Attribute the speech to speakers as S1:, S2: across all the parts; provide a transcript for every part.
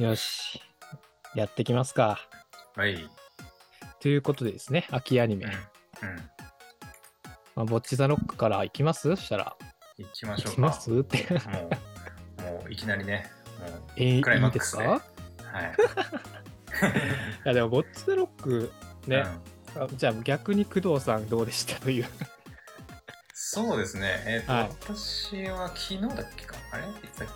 S1: よし。やってきますか。
S2: はい。うん。
S1: ということでですね、秋アニメ。まあ、ボッチザロックから行きますそしたら。
S2: 行きまし
S1: 行
S2: ょう
S1: き
S2: か。
S1: ますって。
S2: もう、もういきなりね。も
S1: えー
S2: クライ
S1: い
S2: マ
S1: い
S2: ッ
S1: で
S2: ク
S1: す
S2: スで
S1: か
S2: うはい。
S1: いや、でも、ボッチザロックね、
S2: うん
S1: あじゃあ逆に工藤さんどうでしたと いう。
S2: そうですね。えっ、と、
S1: はい
S2: 私は昨日だっけかあれいつだっ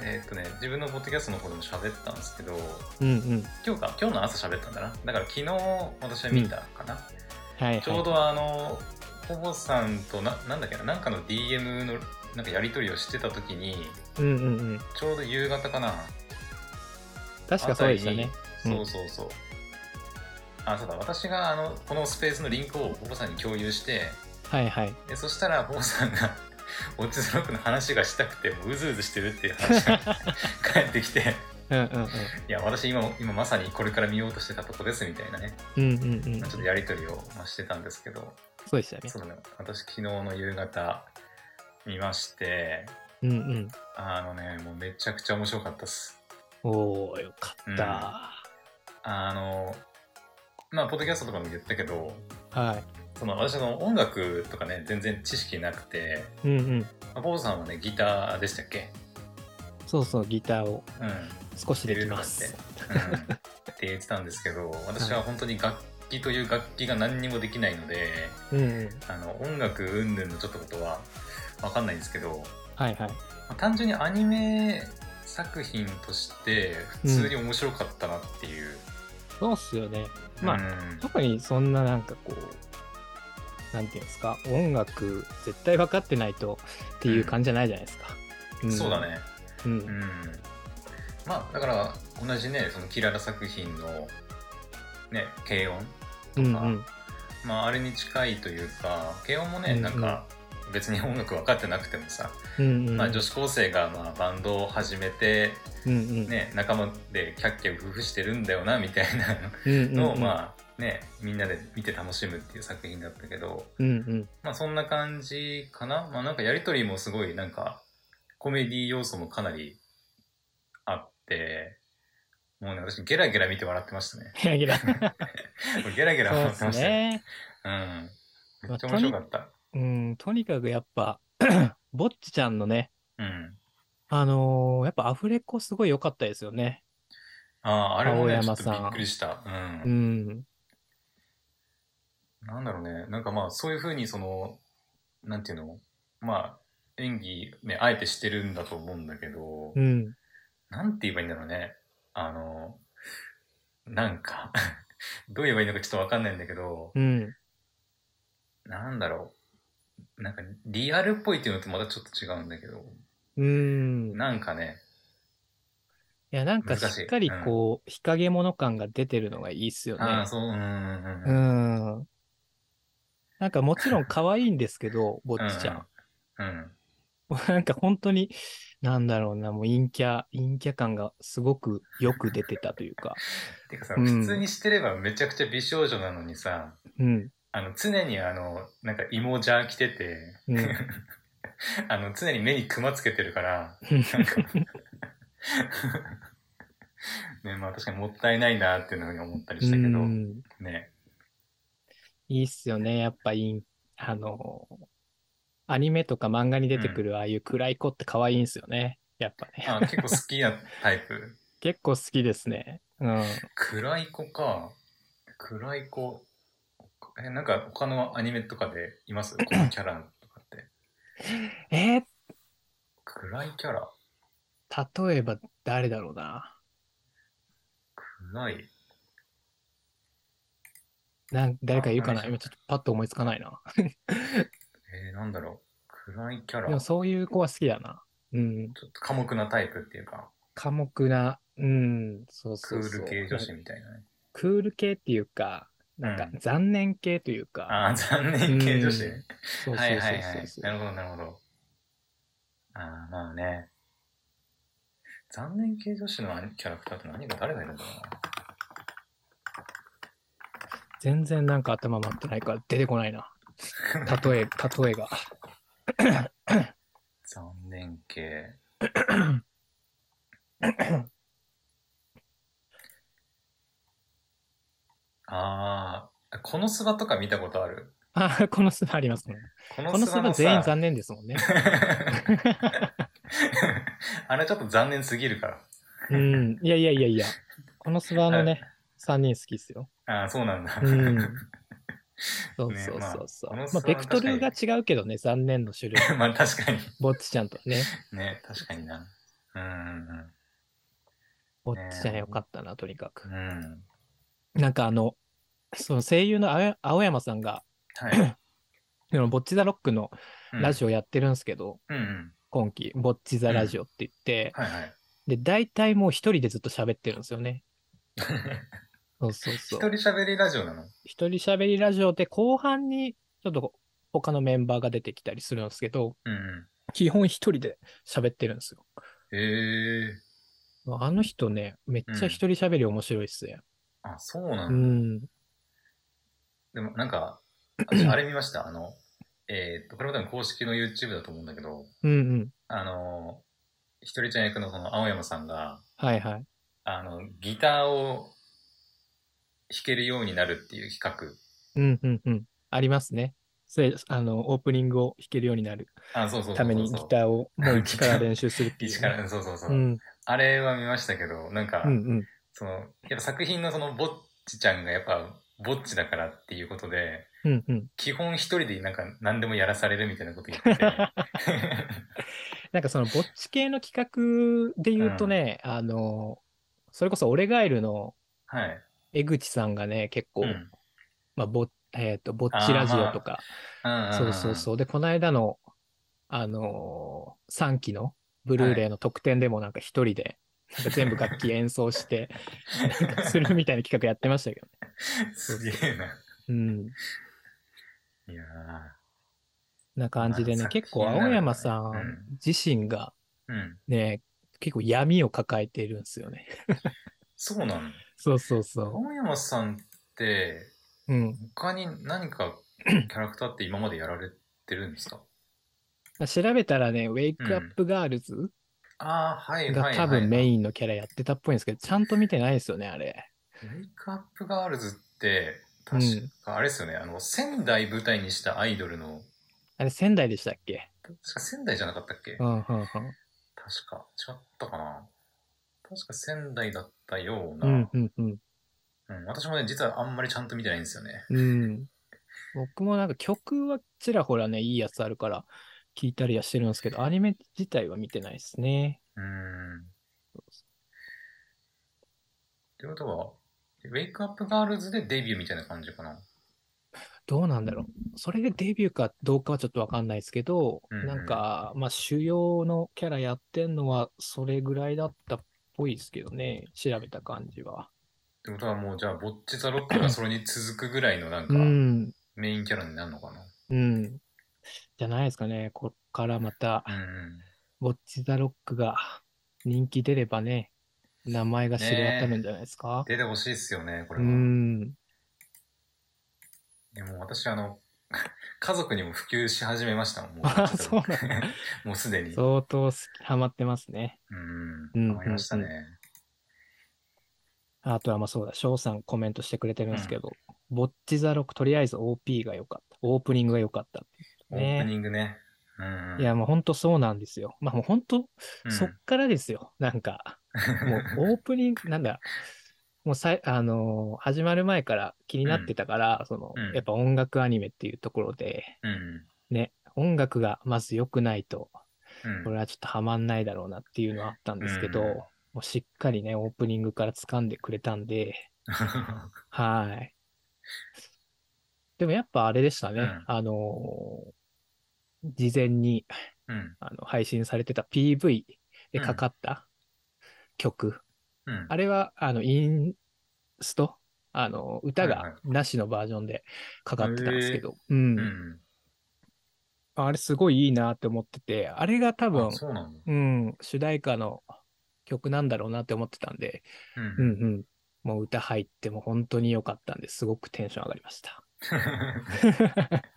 S2: けえっ、とね、自分のポッドキャストの方でも喋ったんですけど、
S1: うんうん。
S2: 今日か、今日の朝喋ったんだな。だから昨日私は見たかな。
S1: はい、はい。
S2: ちょうどあの、ほぼさんとな、なんだっけな、なんかの DM のなんかやり取りをしてた時に、
S1: うんうんうん。
S2: ちょうど夕方かな。
S1: 確かそうでしたね。
S2: 朝にそうそうそう。あ、そうだ、私があの、このスペースのリンクをほぼさんに共有して、
S1: はいはい。
S2: でそしたら坊さんが 「オッチズロックの話がしたくてもううずうずしてる」っていう話 が返ってきて
S1: うんうんうん。
S2: 「いや私今今まさにこれから見ようとしてたとこです」みたいなね
S1: うんうんうん
S2: ちょっ。とやり取りをまあしてたんですけど
S1: そうでしたね。
S2: そうだね私昨日の夕方見まして
S1: うんうん。
S2: あのねもうめちゃくちゃ面白かったっす
S1: おー、よかった。
S2: あのまあポッドキャストとかも言ったけど
S1: は
S2: その私の音楽とかね全然知識なくて
S1: い。うんうん。
S2: まあ坊さんはねギターでしたっけ
S1: そうそう、ギターを
S2: うん
S1: 少しできます。
S2: うんって言ってたんですけど私は本当に楽器という楽器が何にもできないので
S1: うんうん。
S2: あの音楽云々のちょっとことは分かんないんですけど、
S1: はいはい。
S2: まあ単純にアニメ作品として普通に面白かったなっていう、
S1: そうっすよね。まあ、
S2: うん
S1: 特にそんななんかこう、なんていうんですか、音楽絶対分かってないとっていう感じじゃないじゃないですか。ん
S2: そうだ。ね
S1: う。
S2: うんんまあだから同じねそのキララ作品のね軽音
S1: うんうん。
S2: かまああれに近いというか軽音もね、
S1: うんうん
S2: なんか別に音楽分かってなくてもさ
S1: うんうん。
S2: まあ、女子高生がまあバンドを始めて、
S1: うんうん。
S2: ね、仲間でキャッキャ夫婦してるんだよなみたいな
S1: うんうんうん。
S2: のを、まあね、みんなで見て楽しむっていう作品だったけど、
S1: うん うん。
S2: まあ、そんな感じかな,、まあ、なんかやり取りもすごいなんかコメディ要素もかなりあってもうね私ゲラゲラ見て笑って ましたね
S1: いやいや、
S2: ゲラゲラ
S1: そうで
S2: 笑って
S1: す
S2: ましたね
S1: ね。
S2: うん、めっちゃ面白かった、
S1: うん、とにかくやっぱ、 ぼっちちゃんのね、
S2: うん
S1: あのーやっぱアフレコすごい良かったですよね。
S2: あああれもね
S1: 青
S2: ちょ
S1: 山
S2: っと
S1: さん
S2: びっくりした、うん
S1: うん。
S2: なんだろうね、なんかまあそういうふうにその、なんていうの、まあ演技ね、あえてしてるんだと思うんだけど、
S1: うん。
S2: なんて言えばいいんだろうね、あの、なんか、 どう言えばいいのかちょっとわかんないんだけど、
S1: うん。
S2: なんだろう、なんかリアルっぽいっていうのとまたちょっと違うんだけど、
S1: うん。い
S2: なんかね、
S1: や、なんか
S2: 難しい
S1: しっかり
S2: うん
S1: こう、日陰者感が出てるのがいいっすよ
S2: あ
S1: ね
S2: あ、。そう、うん、うん
S1: う
S2: うん、
S1: ん。なんかもちろん可愛いんですけど、ぼっちちゃん。
S2: うん、
S1: もうなんか本当に、なんだろうな、もう陰キャ、陰キャ感がすごくよく出てたというか。
S2: てかさ、
S1: うん
S2: 普通にしてればめちゃくちゃ美少女なのにさ、
S1: うん。
S2: あの常にあの、なんか芋ジャー着てて、
S1: うん。
S2: あの、常に目にクマつけてるから、 なんかね、まあ確かにもったいないなっていうふうに思ったりしたけど、
S1: うん
S2: ね。
S1: いいっすよね。やっぱいい、あの、アニメとか漫画に出てくるああいう暗い子って可愛いんすよね。やっぱね。
S2: あ結構好きなタイプ。
S1: 結構好きですね。うん。
S2: 暗い子か。暗い子。え、なんか他のアニメとかで いますこのキャラとかって。
S1: え
S2: 暗いキャラ
S1: ー、例えば誰だろうな。
S2: 暗い。
S1: なん誰かいるかな
S2: あ
S1: 今ちょっとパッと思いつかないな。
S2: えーなんだろう。暗いキャラ。
S1: でも
S2: ちょ
S1: そういう子は好きだな。うん。
S2: っと寡黙なタイプっていうか、
S1: 寡黙な、うん、そう
S2: ク
S1: そう
S2: ー
S1: そう。
S2: ル系女子
S1: なんか
S2: みたいなね。
S1: クール系っていうか、なんか
S2: うん
S1: 残念系というか、
S2: ああ、残念系女子ね。
S1: うんそうそう
S2: はい
S1: そう
S2: はいは
S1: そう
S2: い。
S1: そう
S2: なるほど、なるほど。ああ、まあね。残念系女子のキャラクターって何が誰がいるんだろうな。
S1: 全然なんか頭回ってないから出てこないな。例え、 例えが。
S2: 残念系。 ああ、このスバとか見たことある
S1: あ、このスバありますね。
S2: こ
S1: このスバ
S2: の
S1: 全員
S2: さ
S1: 残念ですもんね。
S2: あれちょっと残念すぎるか
S1: うん。いやいやいやいや。このスバの
S2: は
S1: ね、3人好きです よ。
S2: ら。ああ、そうなんだ。
S1: うん。そう
S2: ね
S1: そう
S2: まあ
S1: そうそう。
S2: この
S1: ま
S2: ス
S1: あ、
S2: バ
S1: ベクトルが違うけどね、残念の種類。
S2: まあ確かに。
S1: ぼっちちゃんとはね。
S2: ね、確かにな。うんうん
S1: ぼっちちゃんよかったな、とにかく
S2: う。ん。うん。
S1: なんかあの、その声優の青や青山さんが、
S2: はい。
S1: そのぼっちザロックのラジ
S2: オ。
S1: オやってるんですけど、
S2: うんうん。
S1: 今期、ぼっちザラジオって言って、
S2: はいはい。
S1: で、大体もう一人でずっと喋ってるんですよね。そうそう
S2: 一
S1: そう。
S2: 人喋りラジオなの
S1: 一人喋りラジオで後半にちょっと他のメンバーが出てきたりするんですけど、
S2: うんうん。
S1: 基本一人で喋ってるんですよ。
S2: へえ。
S1: あの人ね、めっちゃ一人喋り面白いっすね。
S2: あ、そうな
S1: う
S2: の
S1: ん。
S2: でもなんか、私あれ見ました。あの、えーっと、これも多分公式の YouTube だと思うんだけど、
S1: うんうん。
S2: あの、ひとりちゃん役のその青山さんが、
S1: はいはい。
S2: あの、ギターを弾けるようになるっていう企
S1: うんうんうん。ありますね。それ、あの、オープニングを弾けるようになる
S2: 画。あ、そうそうそうそうそう。
S1: ためにギターをもう一から練習するっていう
S2: 一
S1: ね、
S2: から、そうそうそう。
S1: うん
S2: あれは見ましたけど、なんか、
S1: うんうん。
S2: その、やっぱ作品のその、ぼっちちゃんがやっぱ、ぼっちだからっていうことで、
S1: うんうん。
S2: 基本一人でなんか何でもやらされるみたいなこと言っ てて。
S1: なんかそのぼっち系の企画で言うとね、あの、それこそオレガエルの
S2: はい。
S1: 江口さんがね、結構、
S2: うん
S1: まあ、ぼ、えっ、と、ぼっちラジオとか、
S2: うんんん
S1: そうそうそう。で、この間の、あのー、3期のブルーレイの特典でもなんか一人で、なんか全部楽器演奏して、なんかするみたいな企画やってましたけどね。
S2: うん。すげえな。
S1: うん。
S2: いや
S1: な感じでね、
S2: まあ
S1: 結構
S2: 作品な
S1: 青
S2: のかね
S1: 山さん自身が
S2: ーうん。
S1: ね、結構闇を抱えてるんですよね。
S2: そうなの
S1: そうそうそ
S2: 青山さんって、
S1: う。うん。
S2: 他に何かキャラクターって今までやられてるんですか
S1: 調べたらね、ウェイクアップガールズ
S2: ああ、はい、はい、は
S1: が
S2: い。
S1: 多分メ
S2: ン。
S1: インのキャラやってたっぽいんですけど、ちゃんと見てないですよね、あれ。
S2: メイクアップガールズって、確か、あれですよね、あの、仙台舞台にしたアイドルの、
S1: あれ仙台でしたっけ
S2: 確か仙台じゃなかったっけ、
S1: う
S2: 確
S1: んうんうん。
S2: か。違ったかな確か仙台だったよう
S1: う
S2: な、
S1: んうんうん。
S2: うん私もね、実はあんまりちゃんと見てないんですよね。
S1: うん。僕もなんか曲はちらほらね、いいやつあるから聞いたりはしてるんですけど、アニメ自体は見てないですね。
S2: うーん。ってことは、ウェイクアップガールズでデビューみたいな感じかな
S1: どうなんだろう。それでデビューかどうかはちょっとわかんないですけど、
S2: うんうん
S1: なんか、まあ主要のキャラやってんのはそれぐらいだったっぽいですけどね、調べた感じは。
S2: ってことはもうじゃあ、ボッチザロックがそれに続くぐらいのなんか
S1: う、ん、
S2: メインキャラになるのかな
S1: うん。じゃないですかね、こっからまた
S2: う、んうん。
S1: ウォッチ・ザ・ロックが人気出ればね、名前が知れ渡るんじゃないですか。
S2: 出てほしいっすよね、これ
S1: う
S2: は。
S1: ん。
S2: でも私、あの、 家族にも普及し始めましたもん。もう
S1: あそうなん
S2: もうすでに。
S1: 相当好き、ハマってますね。う
S2: う
S1: ん
S2: ん。わかりましたね。
S1: あとはまあそうだ、翔さんコメントしてくれてるんですけど、ぼっちザロック、とりあえず OP が良かった。オープニングが良かったって
S2: オ
S1: いう
S2: ー
S1: ね。
S2: プニングね。うんうん。
S1: いや、もう本当そうなんですよ。まあもう本当、
S2: うん、
S1: そっからですよ。なんか、 もうオープニング、なんだ、もうさい、あのー始まる前から気になってたから、その、
S2: うん
S1: やっぱ音楽アニメっていうところで、
S2: うんうん。
S1: ね、音楽がまず良くないと、
S2: うん
S1: これはちょっとハマんないだろうなっていうのはあったんですけど、
S2: うん
S1: もうしっかりね、オープニングから掴んでくれたんで、はい。でもやっぱあれでしたね。
S2: うん
S1: あのー事前に
S2: うん。
S1: あの配信されてた PV でかかった曲。
S2: うん。
S1: あれは、あの、インストあの、歌
S2: はい
S1: が
S2: は
S1: なしのバージョンでかかってたんですけど、う。
S2: うんん。
S1: あれすごいいいなって思ってて、あれが多分
S2: あ、そうなの
S1: うん、主題歌の曲なんだろうなって思ってたんで、
S2: う
S1: うん
S2: ん。
S1: うん。もう歌入っても本当に良かったんですごくテンション上がりました。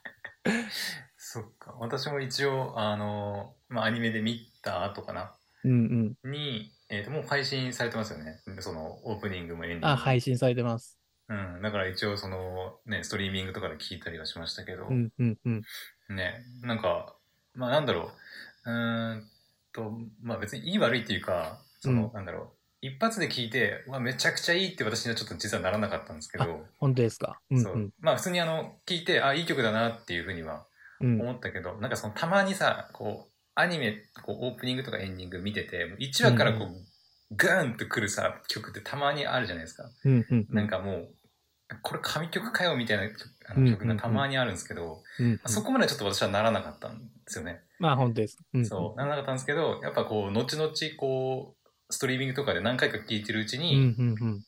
S2: そっか。私も一応、あの、まあ、アニメで見た後かな。
S1: うんうん。
S2: に、えー、ともう配信されてますよね。そのオープニングもエンディングも。
S1: あ、配信されてます。
S2: うん。だから一応その、ね、ストリーミングとかで聞いたりはしましたけど、
S1: うんうんうん。
S2: ね、なんか、まあなんだろう、うーんと、まあ別にいい悪いっていうか、その、
S1: うん
S2: なんだろう、一発で聞いて、うわ、めちゃくちゃいいって私にはちょっと実はならなかったんですけど、
S1: 本当ですか。うんう
S2: そ
S1: ん
S2: う。まあ普通にあの、聞いて、あ、いい曲だなっていうふうには
S1: うん
S2: 思ったけど、なんかそのたまにさ、こう、アニメ、こう、オープニングとかエンディング見てて、1話からこう、ガーンとくるさ、曲ってたまにあるじゃないですか。
S1: うんうん。
S2: なんかもう、これ神曲かよみたいな曲あ
S1: うん
S2: の
S1: うん
S2: 曲がたまにあるんですけど、
S1: うんうん
S2: まあそこまではちょっと私はならなかったんですよね。
S1: まあ本当です。うんうん
S2: そう、ならなかったんですけど、やっぱこう、後々こう、ストリーミングとかで何回か聴いてるうち
S1: う
S2: に、
S1: んうんうん。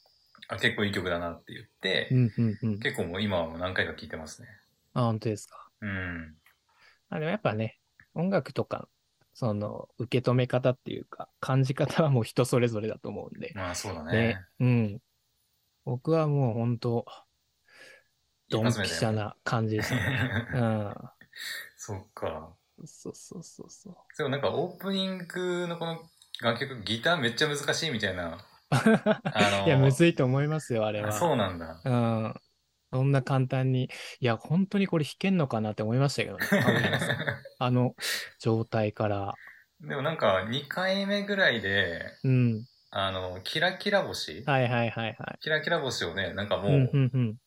S2: あ結構いい曲だなって言って、
S1: うんうんうん。
S2: 結構もう今はもう何回か聴いてますね。
S1: あ、本当ですか。
S2: うん。
S1: あでもやっぱね、音楽とか、その、受け止め方っていうか、感じ方はもう人それぞれだと思うんで。
S2: まあそうだね。
S1: ね。うん。僕はもう本当、ドン
S2: 一
S1: ピ
S2: 発目
S1: シ
S2: だ
S1: ャ
S2: よね。
S1: な感じで したね。うん。
S2: そっか。
S1: そうそうそうそう。
S2: でもなんかオープニングのこの楽曲、ギターめっちゃ難しいみたいな。 あ の
S1: いや、むずいと思いますよ、あれ
S2: あ
S1: は。
S2: そうなんだ。
S1: うん。そんな簡単に、いや、本当にこれ弾けんのかなって思いましたけどね。青山さんあの状態から。
S2: でもなんか2回目ぐらいで、
S1: うん。
S2: あの、キラキラ星、
S1: はいはいはいはい。
S2: キラキラ星をね、なんかも
S1: うん
S2: う、
S1: うんうん。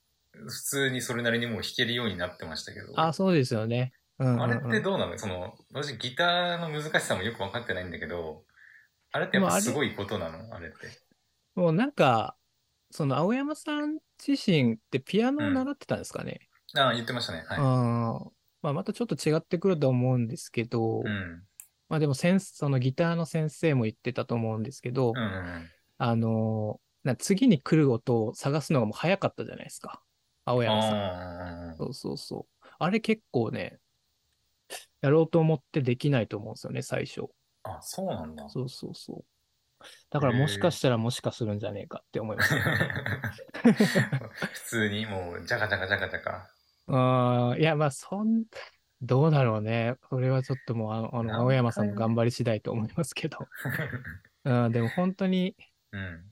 S2: 普通にそれなりにもう弾けるようになってましたけど。
S1: あ、そうですよね。うんうんうん
S2: あれってどうなのその、私ギターの難しさもよく分かってないんだけど、あれってやっ
S1: まああ
S2: ぱ
S1: れ
S2: すごいことなのあれって。
S1: もうなんか、その青山さん自身ってピアノを習ってたんですかね。
S2: ああ、言ってましたね。
S1: う
S2: はい。
S1: ん。まあ、またちょっと違ってくると思うんですけど、
S2: うん。
S1: まあでも先そのギターの先生も言ってたと思うんですけど、
S2: うんうん
S1: あのーな次に来る音を探すのがもう早かったじゃないですか。青
S2: うん。
S1: 山さん。
S2: あ
S1: そうそうそう。あれ結構ね、やろうと思ってできないと思うんですよね、最初。
S2: あ、あそうなんだ。
S1: そうそうそう。だからもしかしたらもしかするんじゃねえかって思います。
S2: 普通にもう、じゃかじゃかじゃかじゃか。
S1: あーいや、まあ、そん、どうだろうね。それはちょっともう、あの、あの
S2: なんかね
S1: 青山さんの頑張り次第と思いますけど。うん、でも本当に
S2: うん。。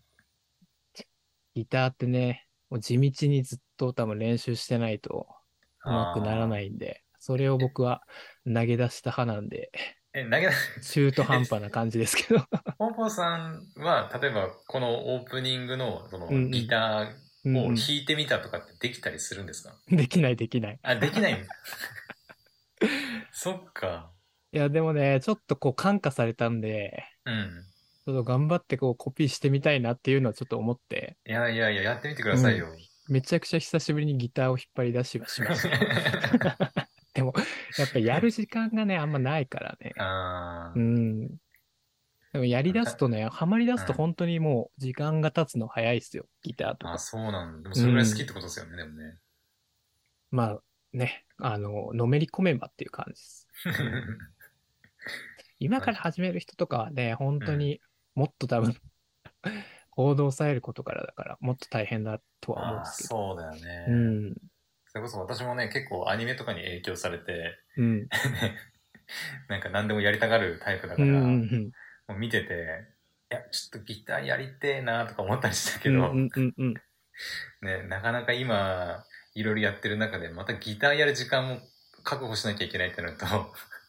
S1: ギターってね、もう地道にずっと多分練習してないとうまくならないいんで、それを僕は投げ出した派なんで、
S2: え、投げ出し、
S1: 中途半端な感じですけ ど。
S2: ポンポンさんは、例えばこのオープニングのその
S1: うんうん
S2: ギタ
S1: う
S2: ーを
S1: ん
S2: 弾いてみたとかってできたりするんですか、
S1: できない、できない。
S2: あ、できないんだ。そっか。
S1: いや、でもね、ちょっとこう感化されたんで、
S2: うん。
S1: ちょっと頑張ってこうコピーしてみたいなっていうのはちょっと思って、
S2: いやいやいや、やってみてくださいよ。
S1: めちゃくちゃ久しぶりにギターを引っ張り出しはしました。でも、やっぱやる時間がね、あんまないからね。
S2: あ
S1: う
S2: ー
S1: ん。でもやり出すとね、ハマり出すと本当にもう時間が経つの早いっすよ、ギターと
S2: あ、
S1: か。
S2: そうなんだ。でもそれぐらい好きってことですよね、でもね。
S1: まあね、あの、のめり込めばっていう感じです。 今から始める人とかはね、本当にもっと多分、 行動を抑えることからだから、もっと大変だとは思うん
S2: あー
S1: ですけど。
S2: そうだよね。
S1: うん。
S2: それこそ私もね、結構アニメとかに影響され て、
S1: うん。
S2: ねなんか何でもやりたがるタイプだか
S1: う
S2: ら、
S1: んうん
S2: もう見てて、いや、ちょっとギターやりてえなとか思ったりした
S1: う
S2: け
S1: ん。
S2: ど、
S1: うんうんうん。
S2: ね、なかなか今、いろいろやってる中で、またギターやる時間も確保しなきゃいけないってなると、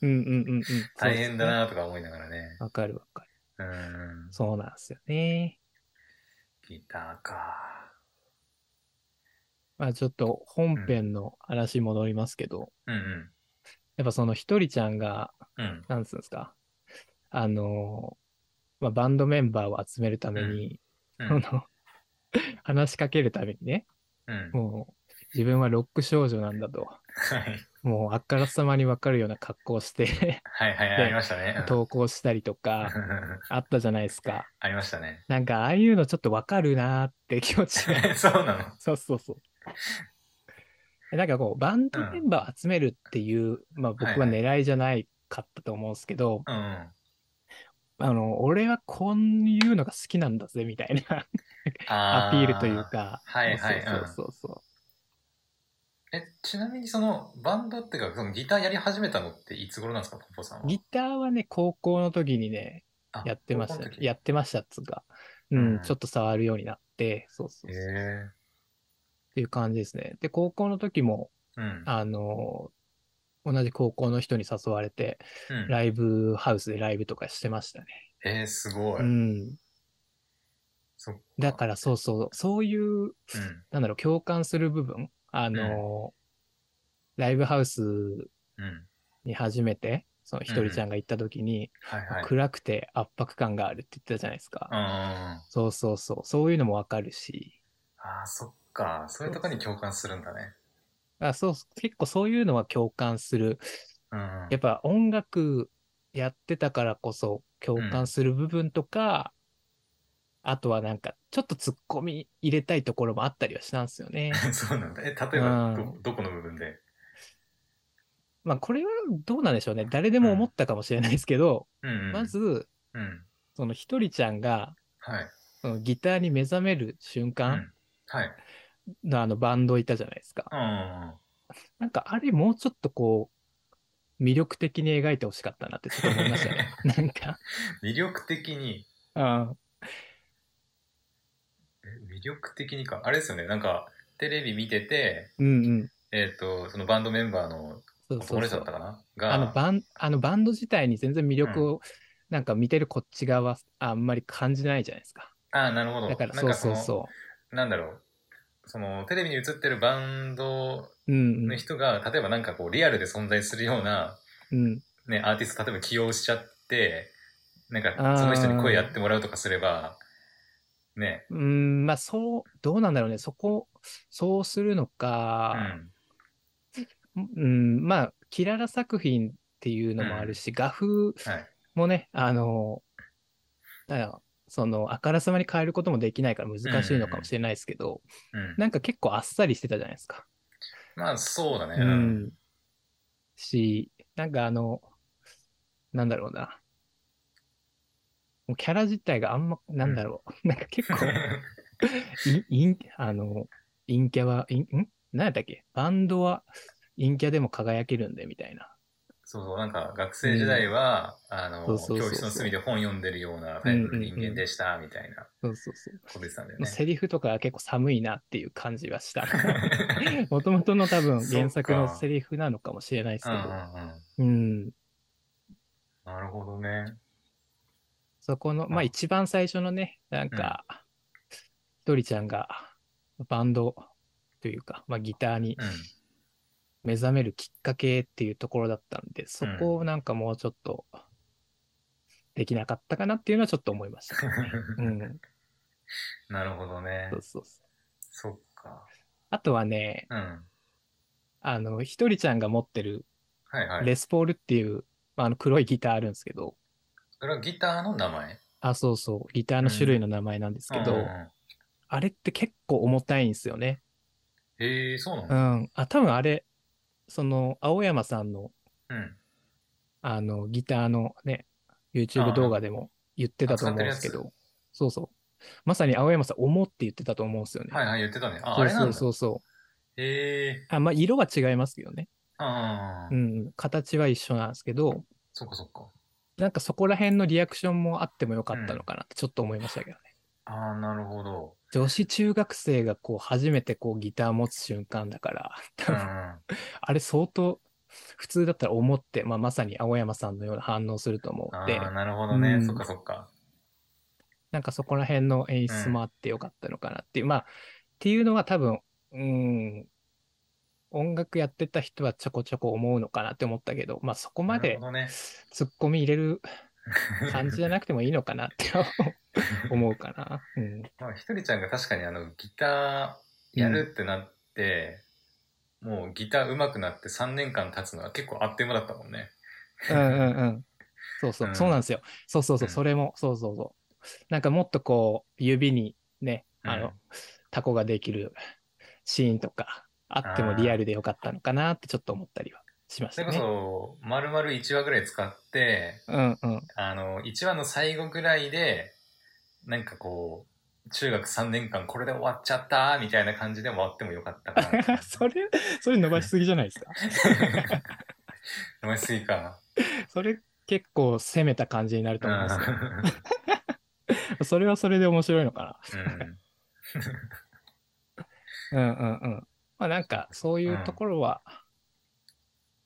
S1: うんうんうんうん。
S2: 大変
S1: そうですね。
S2: だなとか思いながらね。
S1: わかるわかる。
S2: うん。
S1: そうなんですよね。
S2: ギターか。
S1: まあちょっと本編の話に戻りますけど、
S2: うんうん。
S1: やっぱそのひとりちゃんが、
S2: うん。
S1: なんつうんですか、あの、まあ、バンドメンバーを集めるために、
S2: う
S1: そ
S2: ん。
S1: の、 話しかけるためにね、
S2: うん。
S1: もう自分はロック少女なんだと、
S2: はい。
S1: もうあからさまにわかるような格好をして
S2: はいはい、
S1: で
S2: ありましたね。うん
S1: 投稿したりとか、あったじゃないですか。
S2: ありましたね。
S1: なんかああいうのちょっとわかるなーって気持ちが
S2: そうなの。
S1: そうそうそう。なんかこう、バンドメンバーを集めるっていう、まあ僕は狙いじゃないかったと思うんですけど、
S2: うんうん。
S1: あの、俺はこういうのが好きなんだぜ、みたいな
S2: あ
S1: アピールという。か。
S2: はいはい
S1: そうそうそうそう。
S2: え、ちなみにその、バンドっていうか、そのギターやり始めたのっていつ頃なんですか、ポンポさんは。
S1: ギターはね、高校の時にね、
S2: あ
S1: やってまし
S2: 高
S1: た
S2: 校の。時
S1: やってましたっつうか、うん、
S2: うん
S1: ちょっと触るようになって、そうそう
S2: へ
S1: そう。
S2: え。
S1: っていう感じですね。で、高校の時も、
S2: うん。
S1: あの、同じ高校の人に誘われて、
S2: うん、
S1: ライブハウスでライブとかしてましたね。
S2: えー、すごい。
S1: うん。
S2: そっか
S1: だからそうそう、そういう、なんだろう、共感する部分、あの、ライブハウス
S2: うん。うん。
S1: に初めて、そのひとりちゃんが行った時に、
S2: はいはい。
S1: 暗くて圧迫感があるって言ってたじゃないですか。
S2: うんうんうん。
S1: そうそうそう、そういうのもわかるし、
S2: ああ、そっか。そういうとこに共感するんだね。
S1: あそう、結構そういうのは共感する。
S2: うんうん。
S1: やっぱ音楽やってたからこそ共感する部分とか、あとはなんか、ちょっとツッコミ入れたいところもあったりはしたんですよ ね。
S2: そうなんだ。え、例えば、
S1: う
S2: ど、どこの部分で
S1: まあ、これはどうなんでしょうね。誰でも思ったかもしれないですけど、
S2: うんうん。
S1: ま、ず、
S2: うん。
S1: そのひとりちゃんが、
S2: はい。
S1: そのギターに目覚める瞬間
S2: はい。
S1: のあのバンドいたじゃないですか。
S2: うんうんうん。
S1: なんかあれもうちょっとこう、魅力的に描いてほしかったなってちょっと思いましたね。 なんか、
S2: 魅力的に、
S1: うん、
S2: え魅力的にか。あれですよね。なんか、テレビ見てて、
S1: うんうん。
S2: えっ、と、そのバンドメンバーの
S1: そうそ
S2: 男の
S1: う
S2: 人
S1: そ
S2: だっ
S1: う
S2: た。かな
S1: あの
S2: が、
S1: バン、あのバンド自体に全然魅力を、なんか見てるこっち側、あんまり感じないじゃないですか。
S2: ああ、なるほど。
S1: だから、
S2: なん
S1: そうそう
S2: の
S1: そ
S2: なんだろう。その、テレビに映ってるバンド
S1: う。うん
S2: の人が、例えばなんかこう、リアルで存在するような、
S1: うん。うん。
S2: ね、アーティスト、例えば起用しちゃって、なんか
S1: あー、
S2: その人に声やってもらうとかすれば、ね、
S1: うーん、まあそう、どうなんだろうね。そこ、そうするの
S2: う
S1: か、
S2: ん。
S1: うん、まあ、キララ作品っていうのもあるし、画風
S2: はい。
S1: もね、あの、だからその、あからさまに変えることもできないから難しいのかもしれないですけど、
S2: うん。
S1: なんか結構あっさりしてたじゃないですか。
S2: まあ、そうだね。
S1: う。ん。し、なんかあの、なんだろうな。もうキャラ自体があんま、なんだろう。なん か結構、イン、イン、あの、陰キャは、イン、ん何やったっけバンドは陰キャでも輝けるんで、みたいな。
S2: そうそう、なんか学生時代は、あの、
S1: そうそうそうそう
S2: 教室の隅で本読んでるようなタイプの人間でした、みたいな
S1: そうそうそう。
S2: こと言ってたんだよ
S1: もう
S2: ね。
S1: セリフとかは結構寒いなっていう感じは した。もともとの多分原作のセリフなのかもしれないです
S2: うん
S1: けど、
S2: うんうん。
S1: うん。
S2: なるほどね。
S1: そこの、まあ
S2: あ
S1: 一番最初のね、なんか、ドリちゃんがバンドというか、まあギターに
S2: うん。
S1: 目覚めるきっかけっていうところだったんで、そこをなんかもうちょっとできなかったかなっていうのはちょっと思いま した。うん。
S2: なるほどね
S1: そ。うそうそう。
S2: そっか。
S1: あとはね、
S2: うん。
S1: あの、ひとりちゃんが持ってる
S2: はいはい。
S1: レスポールっていう、まああの黒いギターあるんですけど、
S2: それはギターの名前
S1: あ、そうそう、ギターの種類の名前なんですけど、
S2: うんうんうん
S1: あれって結構重たいんですよね。
S2: へえ、そうな
S1: う
S2: の
S1: ん。あ、多分あれ、その、青山さんの、
S2: うん。
S1: あの、ギターのね、YouTube 動画でも言ってたと思うんですけ
S2: あ使ってる
S1: ど、そうそう。まさに青山さん、重って言ってたと思うんですよね。
S2: はいはい、言ってたね。あ、あれ
S1: そ
S2: な
S1: うん
S2: だ
S1: そ。うそうそう。
S2: へえ。
S1: あ、まあ、色は違いますけどね。
S2: ああ
S1: う。ん。形は一緒なんですけど、
S2: そっかそっか。
S1: なんかそこら辺のリアクションもあってもよかったのかなってちょっと思いましたけどね。
S2: ああ、なるほ ど。
S1: 女子中学生がこう、初めてこう、ギター持つ瞬間だから、
S2: う
S1: 多
S2: んう
S1: 分
S2: ん。
S1: あれ相当、普通だったら思って、まあ、まさに青山さんのような反応すると思う
S2: あ
S1: んで、
S2: あ、なるほど
S1: う
S2: ね。
S1: ん
S2: そっかそっか。
S1: なんかそこら辺の演出もあってよかったのかなっていう、まあ、っていうのは多分、うん、音楽やってた人はちょこちょこ思うのかなって思ったけど、まあそこま
S2: な
S1: で
S2: るほどね。
S1: 突っ込み入れる感じじゃなくてもいいのかなって 思うかな。うん。
S2: まあ、ひとりちゃんが確かにあの、ギターやるってなって、もうギター上手くなって3年間経つのは結構あっという間だったもんね。
S1: うんうんうん。そうそう、
S2: うん
S1: そうなんですよ。そうそうそう、
S2: うん
S1: それも、そうそうそう。なんかもっとこう、指にね、あの、
S2: うん
S1: タコができるシーンとか、あってもリアルでよかったのかなってちょっと思ったりはしまし
S2: そ
S1: た
S2: れこ
S1: ね。
S2: そ、丸々1話ぐらい使って、
S1: うんうん。。
S2: あの、1話の最後ぐらいで、なんかこう、中学3年間これで終わっちゃったみたいな感じで終わってもよかったかな
S1: それ、それ伸ばしすぎじゃないですか。
S2: 飲みすぎか。
S1: それ結構攻めた感じになると
S2: う
S1: 思うん
S2: ん
S1: ですよ。それはそれで面白いのかな。う
S2: うん
S1: んうんうん。まあなんか、そういうところは、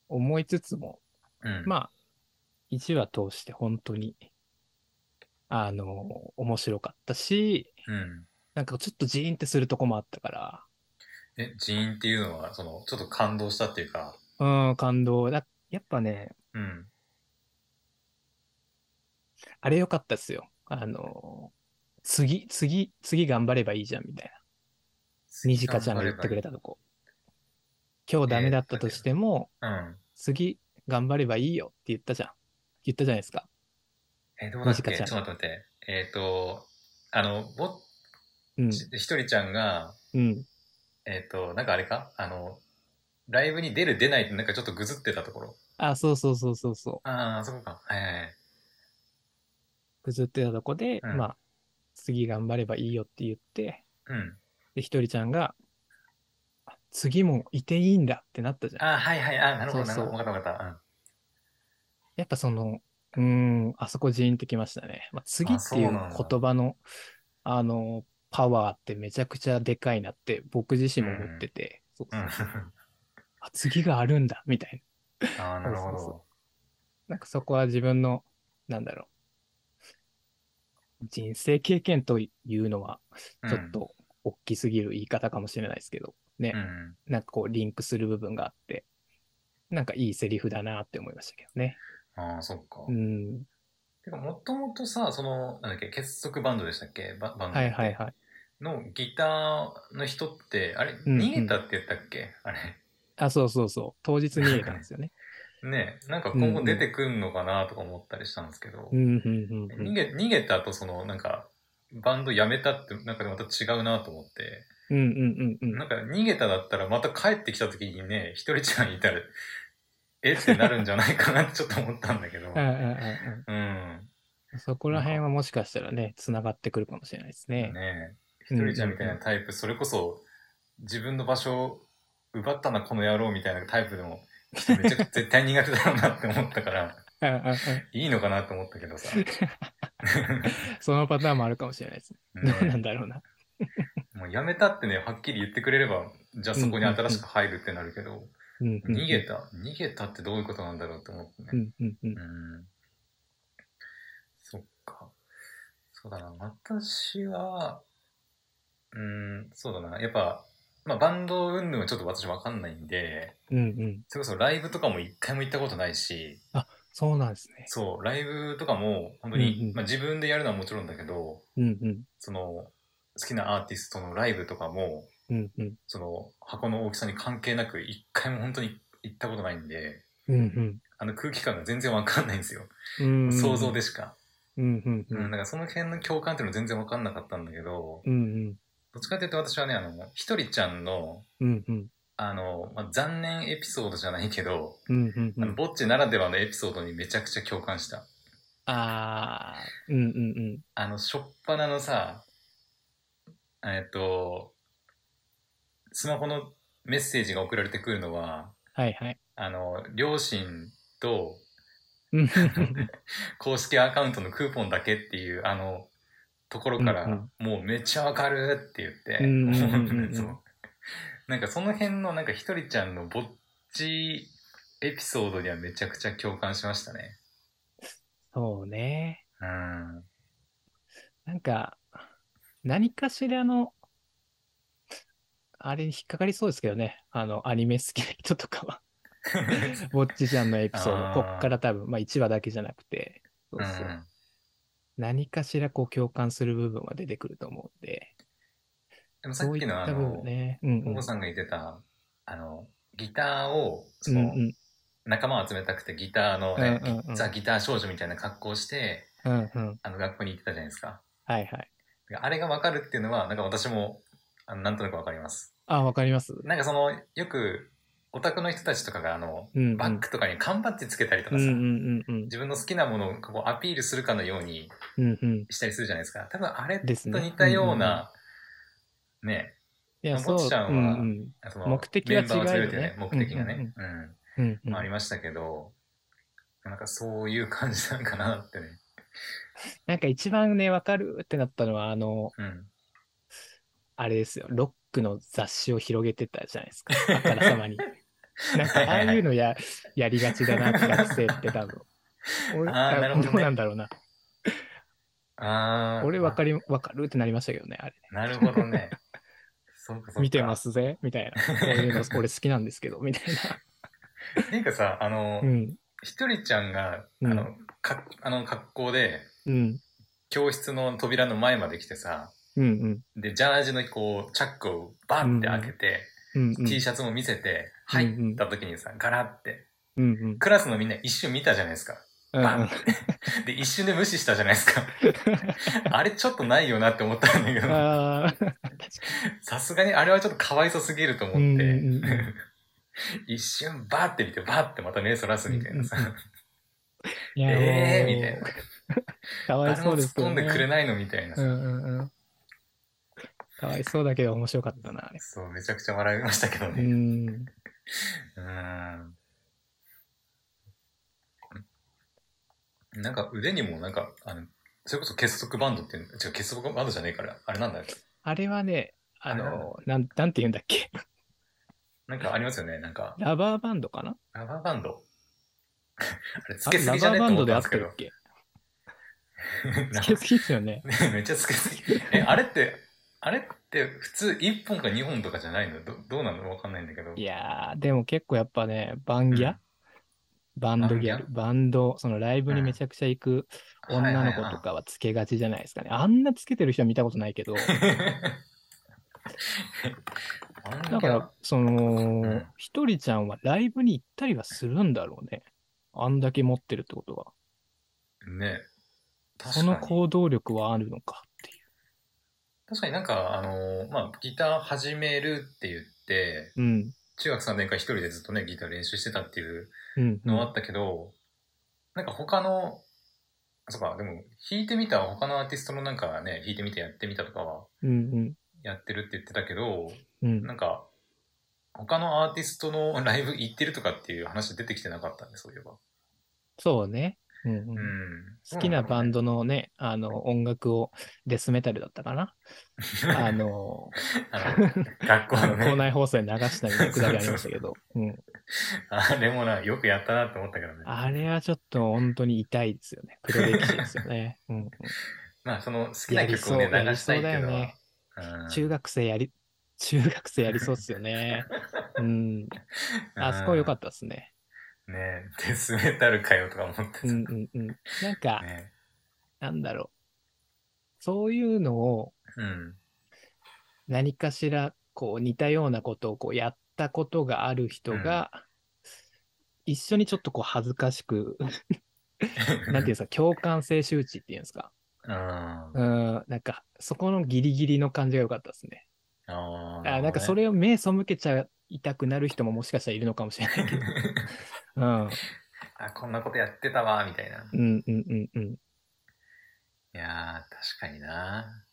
S1: 思いつつも、
S2: うん。あ、
S1: まあ、1話通して本当に、あの、面白かったし、
S2: うん。
S1: なんかちょっとジーンってするとこもあったから、
S2: え、人員っていうのは、その、ちょっと感動したっていうか、
S1: うん、感動。だやっぱね、
S2: うん。
S1: あれ良かったっすよ。あの、次、次、次頑張ればいいじゃん、みたいな。みじかちゃんが言ってくれたとこ。今日ダメだったとしても、
S2: うん。
S1: 次頑張ればいいよって言ったじゃん。言ったじゃないですか。
S2: え、どうだっけ
S1: みじかち
S2: ち
S1: ゃ
S2: ょ
S1: ん
S2: っと待って待って。えっ、と、あの、ぼっ
S1: うん、
S2: ち、ひとりちゃんが、
S1: うん。
S2: えっ、と、なんかあれかあの、ライブに出る出ないってなんかちょっとぐずってたところ。
S1: あ、そうそうそうそうそ
S2: ああ、そこか。はいはいはい。
S1: う。ぐずってたとこで、
S2: うん
S1: まあ、次頑張ればいいよって言って、
S2: うん。
S1: で、ひとりちゃんが、あ次もいていいんだってなったじゃん。
S2: ああ、はいはい。ああ、なるほど、
S1: そ
S2: な
S1: うそう
S2: るほど。わかったわかった。うん。
S1: やっぱその、うーん、あそこジーンってきましたね。まあ、次っていう
S2: あそうなんだ
S1: 言葉の、あの、パワーってめちゃくちゃでかいなって僕自身も思ってて、そううん そうあ次があるんだ、みたいな。
S2: ああ、なるほ
S1: そうそう
S2: ど。
S1: なんかそこは自分の、なんだろう。人生経験というのは、
S2: うん
S1: ちょっ。と大きすぎる言い方かもしれないですけど、ね、
S2: うん。
S1: なんかこうリンクする部分があって、なんかいいセリフだなって思いましたけどね。
S2: ああ、そっか。
S1: うん。
S2: てか、もともとさ、その、なんだっけ、結束バンドでしたっけババンド。
S1: はいはいはい。
S2: のギターの人って、あれ、
S1: んうん
S2: 逃げたって言ったっけあれ。
S1: あ、そうそうそう。当日に言えたんですよね。
S2: ねなんか今後出てくんのかなとか思ったりしたんですけど
S1: う、んうんうんう
S2: 逃
S1: ん。
S2: げ、逃げた後、その、なんか、バンド辞めたって、なんかまた違うなと思って、
S1: うんうんうんうん
S2: なんか逃げただったらまた帰ってきた時にね、ひとりちゃんいたら、えってなるんじゃないかなってちょっと思ったんだけど
S1: うんう、んうん
S2: うん。
S1: うん。そこら辺はもしかしたらね、繋がってくるかもしれないですね。う
S2: ねえ、
S1: ん
S2: ひとりちゃんみたいなタイプ、それこそ自分の場所を奪ったな、この野郎みたいなタイプでも、めちゃくちゃ絶対苦手だろうなって思っ たから、
S1: うんうんうん
S2: いいのかなって思った けどさ。
S1: そのパターンもあるかもしれないですね。
S2: ね
S1: どうなんだろうな。
S2: もうやめたってね、はっきり言ってくれれば、じゃあそこに新しく入るってなるけど、
S1: うんうんうん
S2: 逃げた、逃げたってどういうことなんだろうって思ってね。
S1: うんうんうん
S2: う。ん。そっか。そうだな。私は、うん、そうだな。やっぱ、まあ、バンド云々はちょっと私わかんないんで、
S1: うんうん。
S2: それこそライブとかも一回も行ったことないし、
S1: そうなんですね。
S2: そう、ライブとかも、本当に、
S1: うんうん
S2: まあ、自分でやるのはもちろんだけど、
S1: うんうん。
S2: その、好きなアーティストのライブとかも、
S1: うんうん。
S2: その、箱の大きさに関係なく、一回も本当に行ったことないんで、
S1: うん
S2: あの空気感が全然わかんないんですよ。
S1: うん。
S2: 想像で。しか。
S1: うんうんう
S2: うん、だ
S1: ん。
S2: からその辺の共感っていうの全然分かんなかったんだけど、
S1: うん
S2: どっちかっていうと私はね、あの、ひとりちゃんの、
S1: うん。うんうん。
S2: あの、まあ、残念エピソードじゃないけど、
S1: うんうんう
S2: あの
S1: ん。
S2: ぼっちならではのエピソードにめちゃくちゃ共感した。
S1: ああ。うんうん
S2: あの、しょっぱなのさ、えっと、スマホのメッセージが送られてくるのは、
S1: はいはい。
S2: あの、両親と
S1: うん うん
S2: 公式アカウントのクーポンだけっていう、あの、ところから、
S1: うん
S2: もうめっちゃわかるって言って、
S1: うんうんうんうんうん
S2: そうなんかその辺の、なんかひとりちゃんのぼっちエピソードにはめちゃくちゃ共感しましたね。
S1: そうね。
S2: うん。
S1: なんか、何かしらの、あれに引っかかりそうですけどね。あの、アニメ好きな人とかは。 ぼっちちゃんのエピソー
S2: あ
S1: ド、
S2: ー
S1: こっから多分、まあ1話だけじゃなくて、そう
S2: う。
S1: そうん何かしらこう共感する部分は出てくると思うんで、
S2: でもさ
S1: そ
S2: っ
S1: うい
S2: き
S1: っ
S2: のあ
S1: た部分
S2: の、
S1: ね。うん
S2: お
S1: うん
S2: 子さんが言ってた、あの、ギターを、そ
S1: うん
S2: の、
S1: うん
S2: 仲間を集めたくてギターのね、
S1: うんうんうん
S2: ザ・ギター少女みたいな格好をして、
S1: うんうん。
S2: あの、学校に行ってたじゃないですか。
S1: はいはい。
S2: あれがわかるっていうのは、なんか私も、あのなんとなくわかります。
S1: あ、わかります。
S2: なんかその、よく、オタクの人たちとかが、あの、
S1: うんうん
S2: バッグとかに缶バッジつけたりと
S1: う
S2: か
S1: ん
S2: さ、
S1: うんうんうん。
S2: 自分の好きなものをこうアピールするかのように
S1: うんうん。い
S2: したりするじゃないですか。多分あれと
S1: ですね
S2: 似たような、ね、
S1: や、
S2: ぼっ
S1: そう、
S2: ちちゃんは
S1: うんうん。
S2: その
S1: 目的が違うよね
S2: メンバーを集めるってね、目的がね、うん
S1: うんうん
S2: まあ、ありましたけど、なんかそういう感じなんかなってね。
S1: なんか一番ね、わかるってなったのは、あの、
S2: うん。
S1: あれですよ、ロックの雑誌を広げてたじゃない ですか、あからさまに。なんか、ああいうのややりがちだな、学生って多分。俺
S2: あーなるほどね
S1: うなんだろうな。
S2: ああ。
S1: 俺わかり、わかるってなりましたけどね、あれ。
S2: なるほどね。そうかそう か
S1: 見てま。すぜ、みたいな。こういうの、 俺好きなんですけど、みたい
S2: なんかさ、あの
S1: な。う、ん。
S2: ひとりちゃんが、あ
S1: う
S2: の、かあの格好で、
S1: うん。
S2: 教室の扉の前まで来てさ、
S1: うんうん。
S2: で、ジャージのこう、チャックをバンって開けて、
S1: うん、うん。
S2: T シャツも見せて、
S1: うんう
S2: 入
S1: ん
S2: った時にさ、ガラって、
S1: うんうん。
S2: クラスのみんな一瞬見たじゃないですか。
S1: うん
S2: バンで、一瞬で無視したじゃないです か。あれちょっとないよなって思ったんだけ
S1: うん。
S2: ど、
S1: ああ、確か
S2: さすがにあれはちょっとかわいそすぎると思
S1: うん
S2: っ
S1: うん
S2: て
S1: う、
S2: 一瞬バーって見て、バーってまた目そらすみたいなさ
S1: うんう、に。いや
S2: えー
S1: もう
S2: みたいな。
S1: かわい
S2: 誰
S1: そ
S2: も
S1: うで
S2: 突っ
S1: すけど
S2: 込ん
S1: ね
S2: でくれないのみたいな
S1: う
S2: さ、
S1: んうんうん。かわいそうだけど面白かったな、あれ。
S2: そう、めちゃくちゃ笑いましたけど
S1: う
S2: ね。
S1: ん。
S2: うーん。なんか腕にもなんか、あの、それこそ結束バンドっていうの、違う、結束バンドじゃねえから、あれなんだっけ
S1: あれはね、あの、なん、なんて言うんだっけ。
S2: なんかありますよね、なんか、
S1: ラバーバンドかな
S2: ラバーバンド。あれ、つ
S1: あ
S2: け
S1: れ
S2: す
S1: ラ
S2: ぎじゃ
S1: バ
S2: ね
S1: ー
S2: えと
S1: バン
S2: 思
S1: ドで合
S2: ったん
S1: っ
S2: です
S1: て
S2: け
S1: る
S2: ど
S1: っ。け
S2: なん
S1: つけ
S2: か
S1: すぎですよね。
S2: めっちゃつけすぎ。え、あれって、あれって普通1本か2本とかじゃないのどどうなのわかんないんだけど。
S1: いやー、でも結構やっぱね、バンギャ、
S2: うん
S1: バンドギャル、バンド、そのライブにめちゃくちゃ行く女の子とかはつけがちじゃないですかね。あんなつけてる人は見たことないけど、
S2: あん な
S1: だから、その
S2: ん、
S1: ひとりちゃんはライブに行ったりはするんだろうね。あんだけ持ってるってことは。
S2: ね
S1: そ
S2: 確
S1: の
S2: かに。
S1: 行動力はあるのかっていう。
S2: 確かになんか、あのーまあ、ギター始めるって言って、
S1: うん。
S2: 中学3年間一人でずっとね、ギター練習してたっていう
S1: うん、うん
S2: のはあったけど、なんか他の、あそうか、でも、弾いてみた、他のアーティストのなんかね、弾いてみてやってみたとかは、
S1: うん
S2: やってるって言ってたけど、
S1: うんうん。
S2: なんか、他のアーティストの ライブ行ってるとかっていう話出てきてなかったんで、そういえば。
S1: そうね。うんうん
S2: うん。
S1: 好きなバン
S2: ド。
S1: ドのね、あの、音楽を、デスメタルだったかなあの、
S2: あの学校
S1: あの
S2: の
S1: 校
S2: ね、
S1: 内放送に流したみたいなくだりありましたけど、うん。
S2: あれもな、よくやったなって思ったけどね。
S1: あれはちょっと本当に痛いですよね。黒歴史ですよね。 うんうん
S2: まあ、その好きな曲を
S1: やりそ
S2: ね、
S1: う
S2: 流したいっていうのは。
S1: やり
S2: うん
S1: 中学生やり、中学生やりそうっすよね。うん。あそこ良かったですね。
S2: た。ねデスメタルかよとか思ってた。
S1: うん
S2: ね
S1: うんうん。なんか、なんだろう。そういうのを
S2: うん。
S1: 何かしらこう似たようなことをこうやったことがある人が、一緒にちょっとこう恥ずかしく、なんていうんですか、共感性周知っていうんですか。
S2: うん。あ
S1: うん、なんかそこのギリギリの感じが良かったですね。
S2: あ
S1: あなんかそ
S2: れ。
S1: れを目背けちゃいたくなる人ももしかしたらいるのかもしれないけど。うん、
S2: あ、こんなことやってたわ、みたいな。い
S1: うん、うん、うん、うん。
S2: やー、確かにな。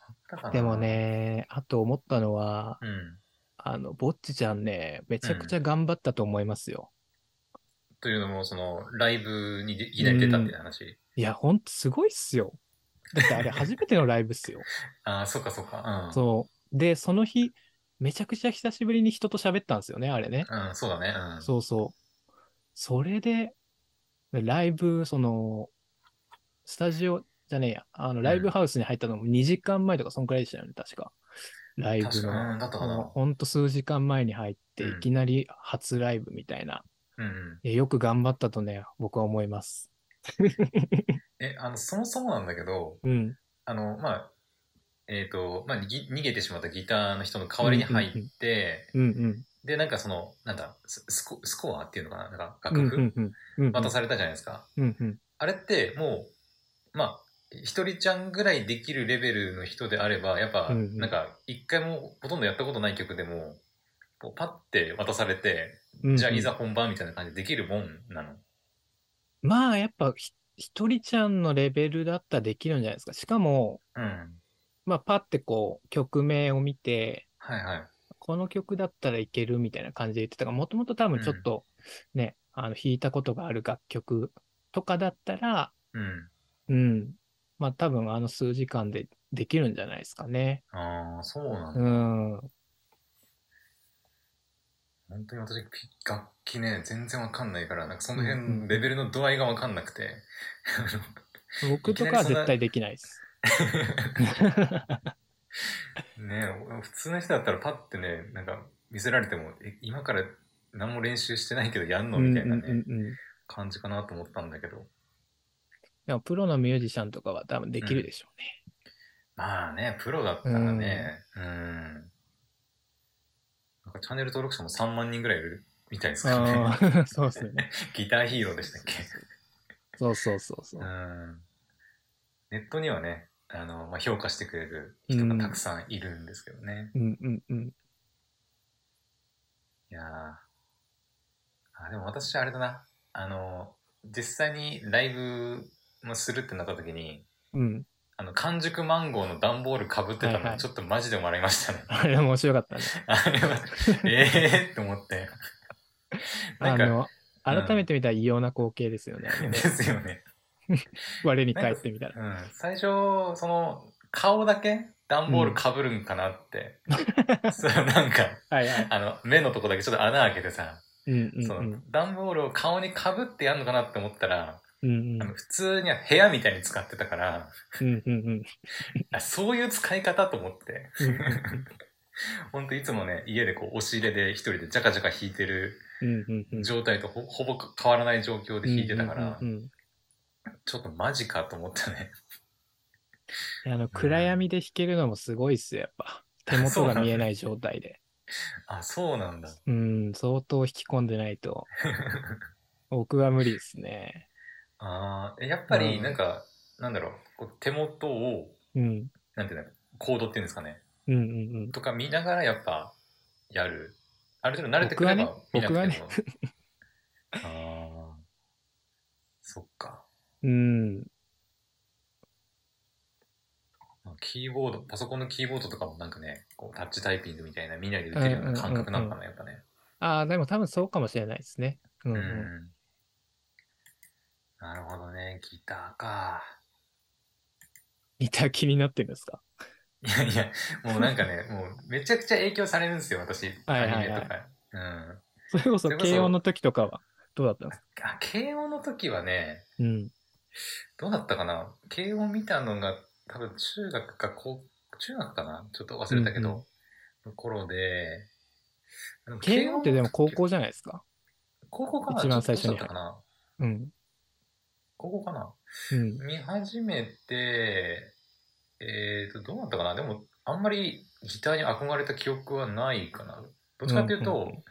S2: あったかな
S1: でも。ね、あと思ったのは、
S2: うん。
S1: あの、ぼっちちゃんね、めちゃくちゃ頑張ったと思いますよ。
S2: というのも、その、ライブにいきなり出たっていう話。
S1: いや、ほんとすごいっすよ。だってあれ初めてのライブっすよ。
S2: ああ、そっかそっか。うん。
S1: そう。で、その日、めちゃくちゃ久しぶりに人と喋ったんですよね、あれね。
S2: うん、そうだね。うん。
S1: そうそう。それで、ライブ、その、スタジオじゃねえや、あの、ライブハウスに入ったのも2時間前とか、そんくらいでしたよね、確か。ライブ
S2: 確か
S1: の。
S2: うん、だったか
S1: もう
S2: な。
S1: ほんと数時間前に入って、
S2: うん
S1: いきなり初ライブみたいな。
S2: うんうん。
S1: いやよく頑張ったとね、僕は思います。
S2: え、あの、そもそもなんだけど、
S1: うん。
S2: あの、まあ、えっ、と、まあ、ぎ逃げてしまったギターの人の代わりに入って、
S1: うんうん。
S2: で、なんかその、なんだ、ススコスコアっていうのかななんか
S1: うん
S2: 楽
S1: うんう
S2: 譜
S1: んうんうん。
S2: 渡されたじゃないですか。
S1: うんうん。
S2: あれって、もう、まあ、一人ちゃんぐらいできるレベルの人であれば、やっぱ、
S1: うんうん
S2: なんか、一回もほとんどやったことない曲でも、こうパッて渡されて、
S1: うんうん
S2: じゃあいざ本番みたいな感じでできるもんなの。
S1: まあ、やっぱひ、ひとりちゃんのレベルだったらできるんじゃないですか。しかも、
S2: うん。
S1: まあ、パってこう、曲名を見て、
S2: はいはい。
S1: この曲だったらいけるみたいな感じで言ってたから、もともと多分ちょっとね、あの、弾いたことがある楽曲とかだったら、
S2: う
S1: う
S2: ん。
S1: ん。まあ、多分あの数時間でできるんじゃないですかね。
S2: ああ、そうなんだ。
S1: うん。
S2: 本当に私、ピ楽器ね、全然わかんないから、なんかその
S1: うんうん
S2: 辺、レベルの度合いがわかんなくて。
S1: 僕とかは絶対できない です。
S2: ねお普通の人だったらパッてね、なんか見せられても、え今から何も練習してないけどやんのみたいなね、
S1: うんうんうんうん。
S2: 感じかなと思ったんだけど。
S1: でもプロのミュージシャンとかは多分できるでしょうね。
S2: まあね、プロだったらね、うん。なんかチャンネル登録者も3万人ぐらいいるみたいですから
S1: あ
S2: ね。
S1: ー そうですよね。
S2: ギターヒーローでしたっけ
S1: そうそうそうそうう。
S2: ん。ネットにはね、あの、まあ、評価してくれる人がたくさんいるんですけどね。
S1: うんうんうん。
S2: いやーあ、でも私あれだな。あの、実際にライブもするってなった時に、
S1: うん。
S2: あの、完熟マンゴーの段ボール被ってた
S1: はいは
S2: の、
S1: い
S2: ちょっとマジで笑い ましたね。
S1: あれ面白かったね。
S2: あれは、ええー、と思って。な
S1: あ
S2: んか、
S1: の、改めて見たら異様な光景ですよね。あれ
S2: で
S1: ね
S2: すよね。
S1: 我に返ってみたら。
S2: うん。最初、その、顔だけ段ボール被るんかなって。 そう、なんか、
S1: はいはい。
S2: あの、目のとこだけちょっと穴開けてさ、
S1: うんうん
S2: そうの
S1: ん。、
S2: 段ボールを顔に被ってやんのかなって思ったら、
S1: うんうん
S2: あの普通には部屋みたいに使ってたから、
S1: うんうんうん。
S2: あそういう使い方と思って。
S1: うん
S2: ほんといつもね、家でこう、押し入れで一人でジャカジャカ弾いてる
S1: うんうんうん。
S2: 状態とほほぼ変わらない状況で弾いてたから、
S1: うんうんうんうん
S2: ちょっとマジかと思ったね。
S1: いやあの、暗闇で弾けるのもすごいっすよ、やっぱ。手元が見えない状態で。
S2: あ、そうなんだ。
S1: うん、相当引き込んでないと。僕は無理ですね。
S2: あーえやっぱり
S1: うん
S2: なんか、なんだろう、こう手元を、
S1: うん。
S2: なんていうの、コードっていうんですかね。
S1: うんうんうん。
S2: とか見ながらやっぱやる。ある程度慣れてくれば見なく
S1: 僕
S2: ても。
S1: はね
S2: ああ。そっか。
S1: うん。
S2: キーボード、パソコンのキーボードとかもなんかね、こうタッチタイピングみたいな見ないで打てるような感覚なのかな、やっぱね。
S1: ああ、でも多分そうかもしれないですね。うん
S2: う
S1: うんん。。
S2: なるほどね、ギターか。
S1: ギター気になってるんですか
S2: いやいや、もうなんか ね、もうめちゃくちゃ影響されるんですよ、私。
S1: はいはいはい
S2: アニメとか。うん。
S1: それこそ
S2: それこそ
S1: 慶応の時とかはどうだったんですか
S2: あ、慶応の時はね、
S1: うん。
S2: どうだったかな慶応見たのが多分中学か高、中学かなちょっと忘れたけど、
S1: うんうん
S2: の頃で、でも
S1: 慶応ってでも高校じゃないですか
S2: 高校かな
S1: 一番最初に
S2: ちょっとどうだったかな
S1: うん。
S2: 高校かな
S1: うん。
S2: 見始めて、えっ、ー、と、どうだったかなでも、あんまりギターに憧れた記憶はないかな。どっちかっていうと、
S1: うんうんうん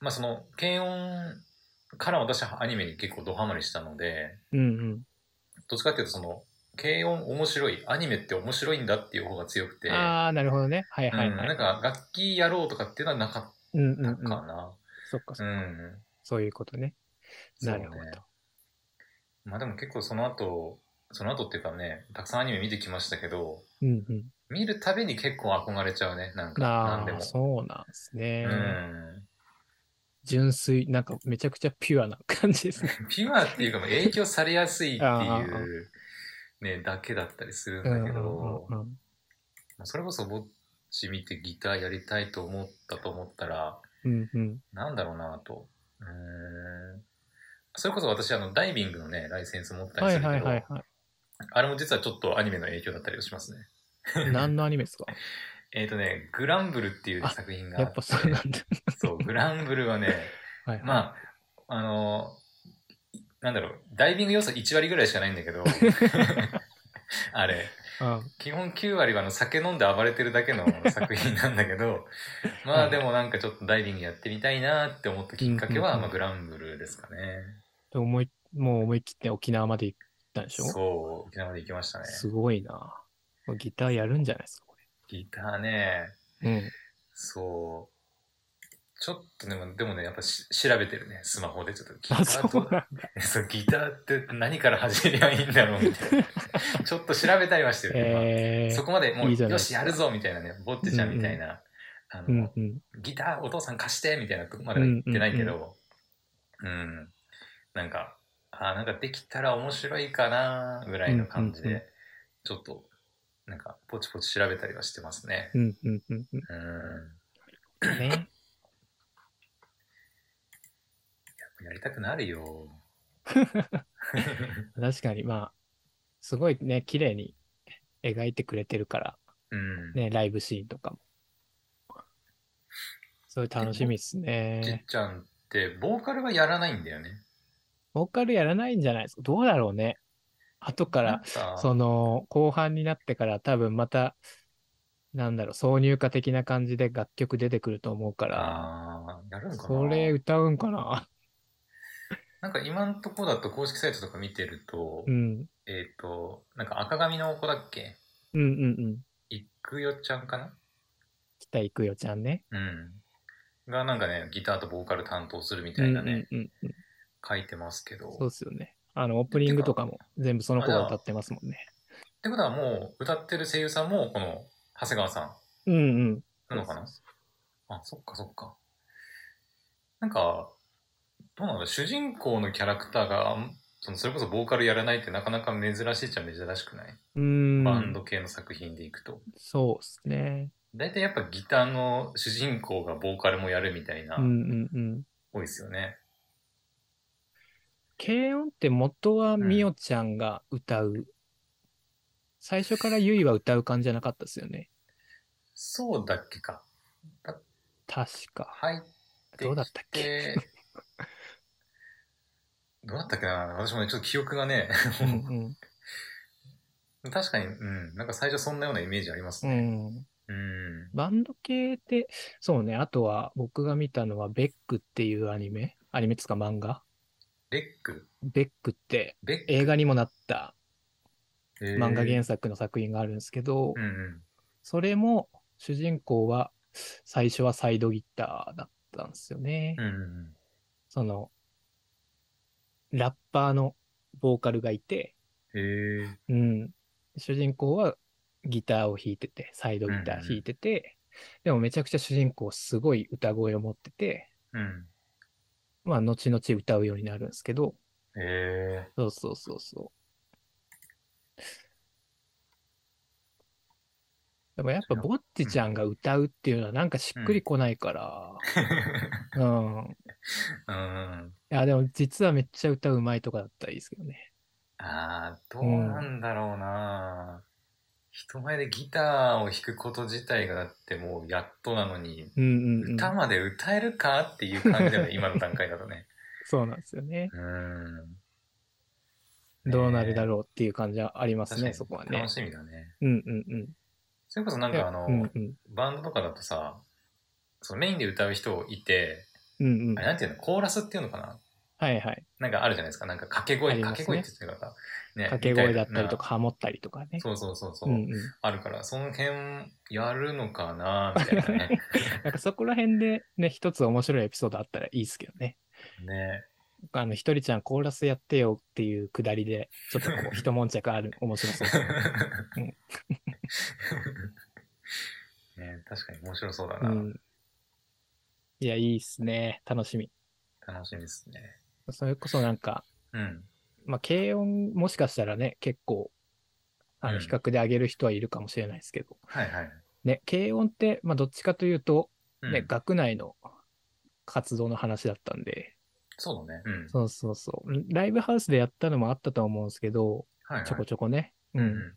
S2: まあその、慶応から私はアニメに結構ドハマりしたので、
S1: うんうん。
S2: どっちかっていうとその軽音面白いアニメって面白いんだっていう方が強くて、
S1: ああ、なるほどね。はいはい
S2: うん、
S1: は
S2: なん
S1: い。
S2: か楽器やろうとかっていうのはなかっ
S1: うんうんう
S2: た
S1: ん。
S2: かな
S1: そっかそっ
S2: う
S1: か
S2: ん、
S1: そういうことね。
S2: そ
S1: な
S2: うね
S1: るほど。
S2: まあでも結構その後その後っていうかねたくさんアニメ見てきましたけど
S1: うんうん。
S2: 見るたびに結構憧れちゃうねなんか
S1: あ
S2: 何でも
S1: あ、そうなんですね。
S2: うん
S1: 純粋、なんかめちゃくちゃピュアな感じで すね。
S2: ピュアっていうかもう影響されやすいって
S1: ああああ
S2: いうねだけだったりするんだけど、
S1: うんうん
S2: それこそぼっち見てギターやりたいと思ったと思ったら
S1: うんうん
S2: なんだろうなと。うーん。それこそ私、あの、ダイビングのね、ライセンス持ったり
S1: は
S2: す
S1: い
S2: るけど、
S1: はいはいは
S2: あれも実はちょっとアニメの影響だったりをしますね。
S1: い。何のアニメですか
S2: えっ、とね、グランブルっていう
S1: あ
S2: 作品があ
S1: や
S2: て
S1: っぱそうなんだ。
S2: そう、グランブルはね、
S1: はいはい。
S2: まあ、あの、いなんだろう、ダイビング要素1割ぐらいしかないんだ けど、 あれ、
S1: あ
S2: 基本9割はあの酒飲んで暴れてるだけの作品なんだ けど、まあでもなんかちょっとダイビングやってみたいなって思ったきっかけは、
S1: うんうんうん
S2: まあ、グランブルですかね。
S1: で思い、もう思い切って沖縄まで行ったんでしょ
S2: そう、沖縄まで行きましたね。
S1: すごいな。これギターやるんじゃないですか、こ
S2: ギターね、
S1: れ。うん。
S2: そう。ちょっとでも、でもね、やっぱし調べてるね、スマホでちょっと。ギタ
S1: あ、
S2: ー
S1: そう
S2: と
S1: なん
S2: そうギターって何から始めりゃいいんだろうみ たいな。ちょっと調べたりはしてる、
S1: え
S2: そ
S1: ー。
S2: こまでもう、
S1: いいじゃない
S2: よ
S1: です
S2: し、
S1: か
S2: やるぞみたいなね、ボッテちゃんみたいな、あの、
S1: うんうん。
S2: ギターお父さん貸してみたいなとこまでは言ってないけど、うんなんか、あーなんかできたら面白いかなぐらいの感じで、
S1: うんうんうん
S2: ちょっとなんか、ポチポチ調べたりはしてますね。
S1: うん、うん、うん、うん。
S2: うん。
S1: ね。
S2: やっぱやりたくなるよ。
S1: 確かに、まあ、すごいね、綺麗に描いてくれてるから、
S2: うん。
S1: ね、ライブシーンとかも。すごい楽しみです
S2: じっ
S1: ね。
S2: ちゃんって、ボーカルはやらないんだよね。
S1: ボーカルやらないんじゃないですかどうだろうね。後か
S2: なん
S1: ら、
S2: か
S1: その、後半になってから多分また、なんだろう、挿入歌的な感じで楽曲出てくると思うから、
S2: あーやるんかな
S1: それ歌うんかな
S2: なんか今んとこだと公式サイトとか見てると、
S1: うん。
S2: えっ、と、なんか赤髪の子だっけ
S1: うんうんうん。
S2: いくよちゃんかな
S1: 北行くよちゃんね。
S2: うん。がなんかね、ギターとボーカル担当するみ
S1: う
S2: たい
S1: ん
S2: な
S1: う
S2: ね、
S1: んうんうん。
S2: 書いてますけど。
S1: そうっすよね。あの、オープニングとかも全部その子が歌ってますもんね。
S2: ってことはもう、歌ってる声優さんも、この、長谷川さ
S1: うんうん。
S2: んなのかなあ、そっかそっか。なんか、どうなんだ主人公のキャラクターが、あんそのそれこそボーカルやらないってなかなか珍しいっちゃ珍しくない、
S1: うーん。
S2: バンド系の作品でいくと。
S1: そうっすね。
S2: 大体やっぱギターの主人公がボーカルもやるみたいな、
S1: うんうんうん。
S2: 多いですよね。
S1: 軽音って元はみおちゃんが歌う。最初からゆいは歌う感じじゃなかったですよね。
S2: そうだっけか。
S1: 確か。
S2: 入って
S1: どうだったっけ
S2: きて、 どうだったっけな私もね、ちょっと記憶がね、
S1: うんうん。
S2: 確かに、うん、なんか最初そんなようなイメージあります
S1: う
S2: ね。
S1: ん。
S2: うん。
S1: バンド系って、そうね。あとは僕が見たのはベックっていうアニメ。アニメっつうか漫画。
S2: レック
S1: ベックって
S2: レック
S1: 映画にもなった漫画
S2: ー
S1: 原作の作品があるんですけど、
S2: うんうん。
S1: それも主人公は最初はサイドギターだったんですよね。
S2: うんうん
S1: そのラッパーのボーカルがいて、
S2: うん。へえ。
S1: うん、主人公はギターを弾いてて、サイドギター弾いてて、でもめちゃくちゃ主人公すごい歌声を持ってて、
S2: うん。
S1: まあ後々歌うようになるんですけど、
S2: へえ。
S1: そうそうそうそう。でもやっぱぼっちちゃんが歌うっていうのはなんかしっくりこないから、うん。い
S2: うん。
S1: や、でも実はめっちゃ歌うまいとかだったらいいですけどね。
S2: ああ、どうなんだろうな、人前でギターを弾くこと自体がだってもうやっとなのに、
S1: うんうん、うん。
S2: 歌まで歌えるかっていう感じ だよね、今の段階だとね。
S1: そうなんですよね。
S2: うん。
S1: どうなるだろうっていう感じはあります
S2: 確か
S1: ね、
S2: に
S1: そこはね
S2: 楽。しみだね。
S1: うんうんうん。
S2: それこそなん
S1: い
S2: か
S1: や
S2: あの、
S1: うんうん。
S2: バンドとかだとさ、そのメインで歌う人いて、
S1: うんうん
S2: あ。れなんていうの、コーラスっていうのかな
S1: はいはい。
S2: なんかあるじゃないですか。なんか掛け声、
S1: あり
S2: 掛
S1: ますね
S2: け声って言ってたかね。
S1: 掛け声だったりと
S2: か。
S1: か、ハモったりとかね。
S2: そうそうそうそうう、
S1: んうん。
S2: あるから、その辺やるのかなみたい なね。
S1: なんかそこら辺でね、一つ面白いエピソードあったらいいですけどね。
S2: ね。
S1: あの、ひとりちゃんコーラスやってよっていうくだりで、ちょっとこう、一悶着ある、面白そうですね。
S2: ね確かに面白そうだ
S1: う
S2: な。
S1: ん。いや、いいっすね。楽しみ。
S2: 楽しみですね。
S1: それこそなんか、
S2: うん。
S1: まあ、軽音もしかしたらね、結構、あ
S2: う
S1: の、
S2: ん
S1: 比較で上げる人はいるかもしれないですけど、
S2: はいはい。
S1: ね、軽音って、まあ、どっちかというと、
S2: うん
S1: ね、学内の活動の話だったんで、
S2: そうだね。うん。
S1: そうそうそう。ライブハウスでやったのもあったと思うんですけど、
S2: はいはい。
S1: ちょこちょこね。う
S2: うんうん
S1: ん。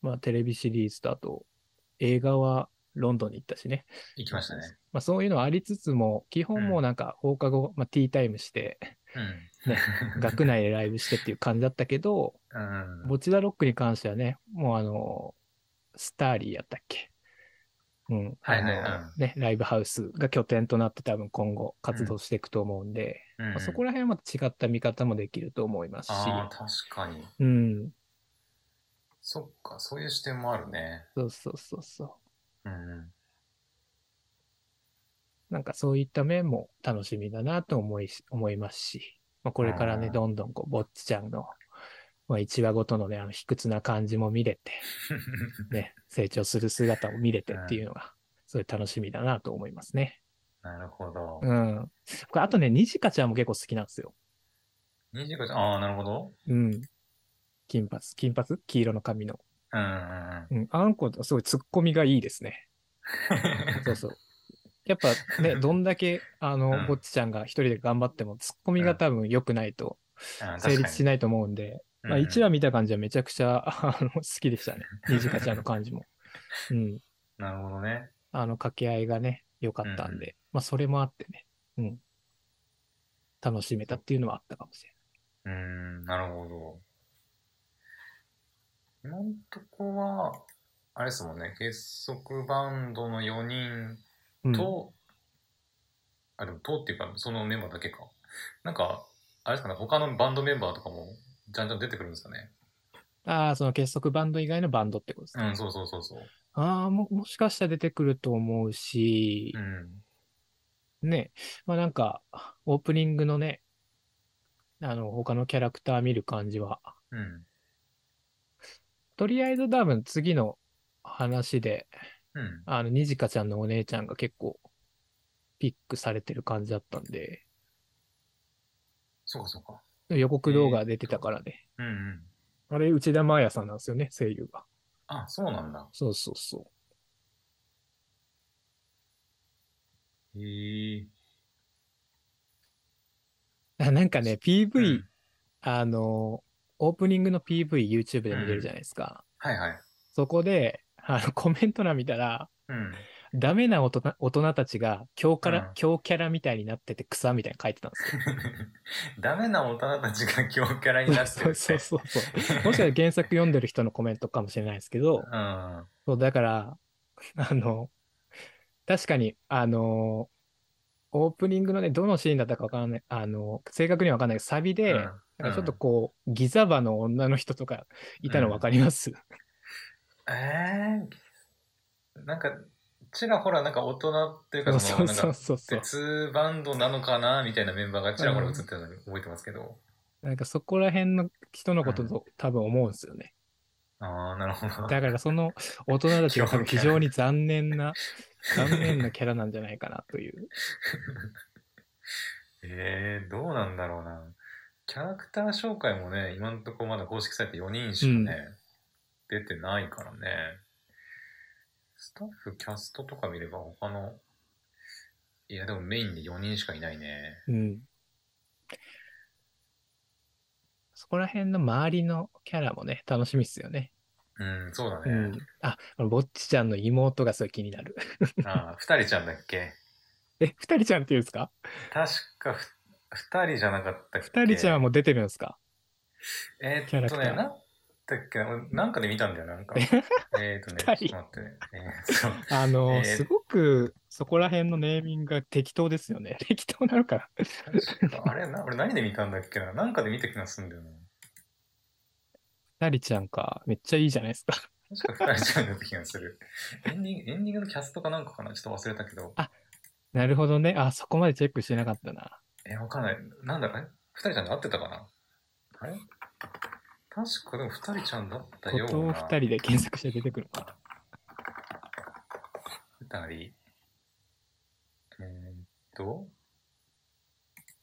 S1: まあ、テレビシリーズと、あと、映画はロンドンに行ったしね。
S2: 行きましたね。
S1: まあ、そういうのはありつつも、基本もうなんか放課後、まあ、ティータイムして、
S2: うん。
S1: ね学内でライブしてっていう感じだったけ ど、
S2: うん。
S1: ボチダロックに関してはね、もうあの、スターリーやったっけうん。
S2: はいはい
S1: あの
S2: うん
S1: ね、ライブハウスが拠点となって多分今後活動していくと思うんで、
S2: うん
S1: まあ、そこら辺はまた違った見方もできると思いますし、
S2: ああ、確かに。
S1: うん。
S2: そっか、そういう視点もあるね。
S1: そうそうそうそう。
S2: うん。
S1: なんかそういった面も楽しみだなと思いし思いますし、まあ、これから
S2: う
S1: ね、
S2: ん
S1: どんどんこう、ぼっちちゃんの、まあ、1話ごとのね、あの、卑屈な感じも見れて、ね、成長する姿を見れてっていうのが、すごい楽しみだなと思いますね。
S2: なるほど。
S1: うん。僕あとね、にじかちゃんも結構好きなんですよ。
S2: 25時、ああ、なるほど。
S1: うん。金髪、金髪黄色の髪の。
S2: うん うん
S1: うん、あんことすごいツッコミがいいですね。そうそう。やっぱね、どんだけ、あの、
S2: うん
S1: ぼっちちゃんが一人で頑張っても、ツッコミが多分良くないと成立し
S2: ない。
S1: ないと思うんで、
S2: うん
S1: まあ、1話見た感じはめちゃくちゃ、 あの、好きでした ね。にじかちゃんの感じも。うん。
S2: なるほどね。
S1: あの、掛け合いがね、良かったんで、まあ、それもあってね、うん。楽しめたっていうのはあったかもしれ
S2: うーん、なるほど。今んとこは、あれですもんね、結束バンドの4人
S1: ない。うん、
S2: と、あ、でも、とっていうか、そのメンバーだけか。なんか、あれですかね、他のバンドメンバーとかも、ちゃんちゃん出てくるんですかね。
S1: ああ、その結束バンド以外のバンドってことです
S2: う
S1: ね。
S2: ん、そうそうそうそう。
S1: ああ、も、もしかしたら出てくると思うし
S2: う、ん。
S1: ね、まあなんか、オープニングのね、あの、他のキャラクター見る感じは、
S2: うん。
S1: とりあえず多分次の話で、
S2: うん。
S1: あの、にじかちゃんのお姉ちゃんが結構、ピックされてる感じだったんで、
S2: そうかそうか。
S1: 予告動画出てたからね。
S2: うんうん。
S1: あれ、内田真彩さんなんですよね、声優が。
S2: あ、そうなんだ。
S1: そうそうそ
S2: へえ。
S1: う。あなんかね、PV、
S2: うん
S1: あの、オープニングの PV、YouTube で見れるじゃないですか。
S2: はいはい。
S1: そこで、あの、コメント欄見たら、
S2: うん。
S1: ダメな大人大人たちが強キャラ、
S2: うん
S1: 強キャラみたいになってて草みたいに書いてたん ですよ。
S2: ダメな大人たちが強キャラになって
S1: そう
S2: る って。
S1: そうそうそう。もしかしたら原作読んでる人のコメントかもしれないですけど、
S2: うん。
S1: そうだから、 あの、確かに、あの、オープニングのね、どのシーンだったかわからない、あの、正確にはわかんないけど、サビで、
S2: うん
S1: なんかちょっとこう、ギザバの女の人とかいたのわかります、
S2: えー、なんか、ちらほらなんか大人っていうか、そ
S1: そ
S2: の
S1: う
S2: なん
S1: そう
S2: か
S1: そうそう。
S2: 鉄バンドなのかなみたいなメンバーがちらほら映ってたのに覚えてますけど。
S1: なんかそこら辺の人のことと多分思うんですよね。
S2: ああ、なる ほど。
S1: だからその大人たちが多分非常に残念な、残念なキャラなんじゃないかなという。
S2: えー、どうなんだろうな。キャラクター紹介もね、今んとこまだ公式サイト4人しかね、出てないからね。スタッフ、キャストとか見れば他の、いや、でもメインで4人しかいないね。
S1: うん。そこら辺の周りのキャラもね、楽しみっすよね。
S2: うん、そうだ
S1: う
S2: ね。
S1: ん。あ、ぼっちちゃんの妹がすごい気になる。
S2: ああ、二人ちゃんだっけ
S1: え、二人ちゃんって言うんですか
S2: 確かふ二人じゃなかったっけ
S1: 二人ちゃんはもう出てるんですか
S2: え
S1: キャ
S2: ー、
S1: ラ
S2: っ
S1: ク
S2: と
S1: タ
S2: ね、
S1: ー
S2: なんだっけな俺なんかで見たんだよ、なんか。えーっとね、
S1: 二人
S2: ちょっと待ってね。えーそう
S1: あの、
S2: えー
S1: すごくそこら辺のネーミングが適当ですよね。 適当なのかな。
S2: 確かあれな、俺何で見たんだっけななんかで見た気がするんだよな。
S1: 二人ちゃんか。めっちゃいいじゃないですか。
S2: 確か二人ちゃんだった気がする。 エンディング、エンディングのキャストかなんかかなちょっと忘れたけど。
S1: なるほどね。あ、そこまでチェックしてなかったな。
S2: えーわかんない。なんだろう、え二人ちゃんで合ってたかなあれ確かでも二人ちゃんだったよ
S1: こと
S2: う
S1: を
S2: な。
S1: 二人で検索して出てくるのかな。
S2: 二人。えーっと、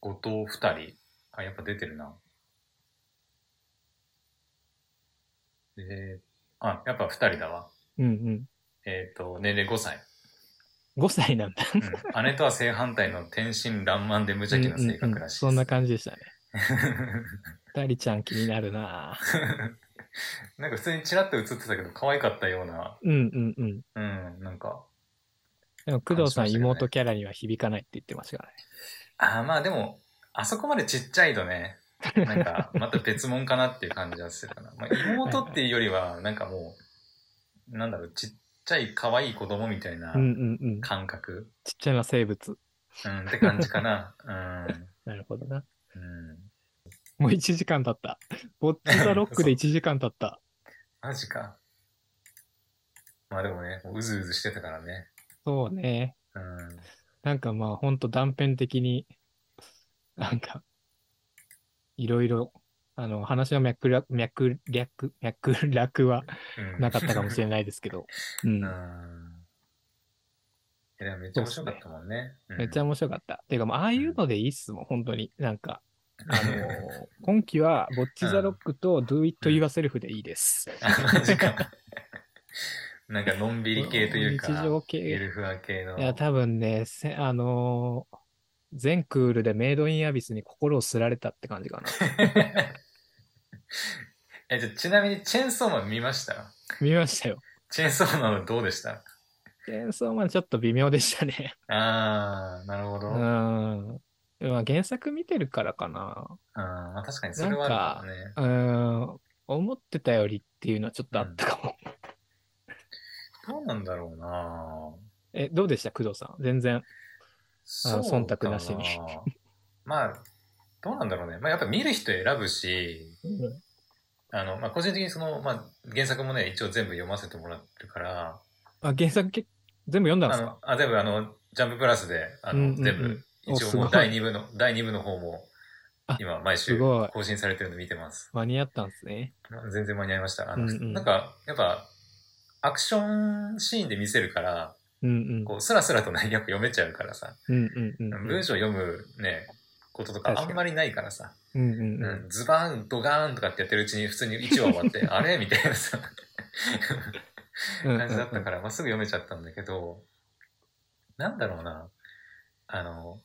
S2: 後藤二人。あ、やっぱ出てるな。えー、あ、やっぱ二人だわ。
S1: うん
S2: えーっと、年齢5歳。
S1: うん。5歳なんだ。
S2: うん、姉とは正反対の天真爛漫で無邪気な性格らしいです。
S1: うんうんうんそんな感じでしたね。二人ちゃん気になるなぁ
S2: なんか普通にチラッと映ってたけど、可愛かったような、
S1: うんうんうん。
S2: うん、なんか、
S1: でも工藤さん、
S2: 感じましたけどね
S1: 妹キャラには響かないって言ってましたからね。
S2: あーまあでも、あそこまでちっちゃいとね、なんか、また別物かなっていう感じはす るかな。まあ、妹っていうよりは、なんかもう、なんだろう、ちっちゃい可愛い子供みたいな
S1: うんうんうん。ちっ
S2: 感覚、
S1: ちゃな生物。
S2: うん、って感じかな。
S1: なるほどな。
S2: うん。うん。
S1: もう1時間経った。ボッチザロックで1時間経った。
S2: マジか。まあでもね、もううずうずしてたからね。
S1: そうね。
S2: うん。
S1: なんかまあ、ほんと断片的に、なんか、いろいろ、あの、話の脈絡、脈略、脈絡は
S2: うん
S1: なかったかもしれないですけど。うん。
S2: うん。いや、でもめっちゃ面白かったもんね。
S1: めっちゃ面白かった。ていうか、もうああいうのでいいっすもん、本当に。なんか、あの ー今期は、ボッチ・ザ・ロックと Do It Yourself でいいです。
S2: あマジか。なんかのんびり系というか、
S1: 日常
S2: ゆ
S1: 系。
S2: るふわ系の。
S1: い や、多分ね、せあのー全クールでメイドインアビスに心をすられたって感 じかな。
S2: え、じゃあちなみにチェーンソーマン見ました
S1: 見ましたよ。
S2: チェーンソーマンどうでした
S1: チェーンソーマンちょっと微妙でしたね。
S2: あー、なるほ
S1: う
S2: ど。
S1: ん。
S2: あ
S1: まあ、原作見てるからかな。
S2: ーまあ、確かにそれはあるね。
S1: うん。思ってたよりっていうのはちょっとあったかも。
S2: どうなんだろうな
S1: え、どうでした工藤さん。全然。
S2: そうか
S1: 忖度なしに
S2: まあ、どうなんだろうね。まあ、やっぱ見る人選ぶし、あの、まあ、個人的にその、まあ、原作もね、一応全部読ませてもらってるから、
S1: あ、原作け全部読んだんで
S2: あ
S1: す
S2: の
S1: か
S2: あ全部あの、ジャンププラスで、あの、
S1: うんうんうん
S2: 全部、
S1: お
S2: 一応も
S1: すご
S2: う
S1: い
S2: 第2部の、第二部の方も
S1: あ、
S2: 今、毎
S1: す
S2: 週
S1: ごい。
S2: 更新されてるの見てます。
S1: 間に合ったんですね。
S2: まあ全然間に合いました。あの、
S1: うんうん
S2: なんか、やっぱ、アクションシーンで見せるから、
S1: うん
S2: こう、スラスラとね、 やっぱ読めちゃうからさ、
S1: うん。うんうんうんうん。
S2: 文章読むね、こととか
S1: 確か
S2: あ
S1: に
S2: んまりないからさ、
S1: うんうん
S2: う
S1: うん
S2: ん、ズバーン、ドガーンとかってやってるうちに普通に1話終わ って、あれみたいなさ、
S1: うんうん
S2: 感じだったから、まあ、すぐ読めちゃったんだけど、なんだろうな、あの、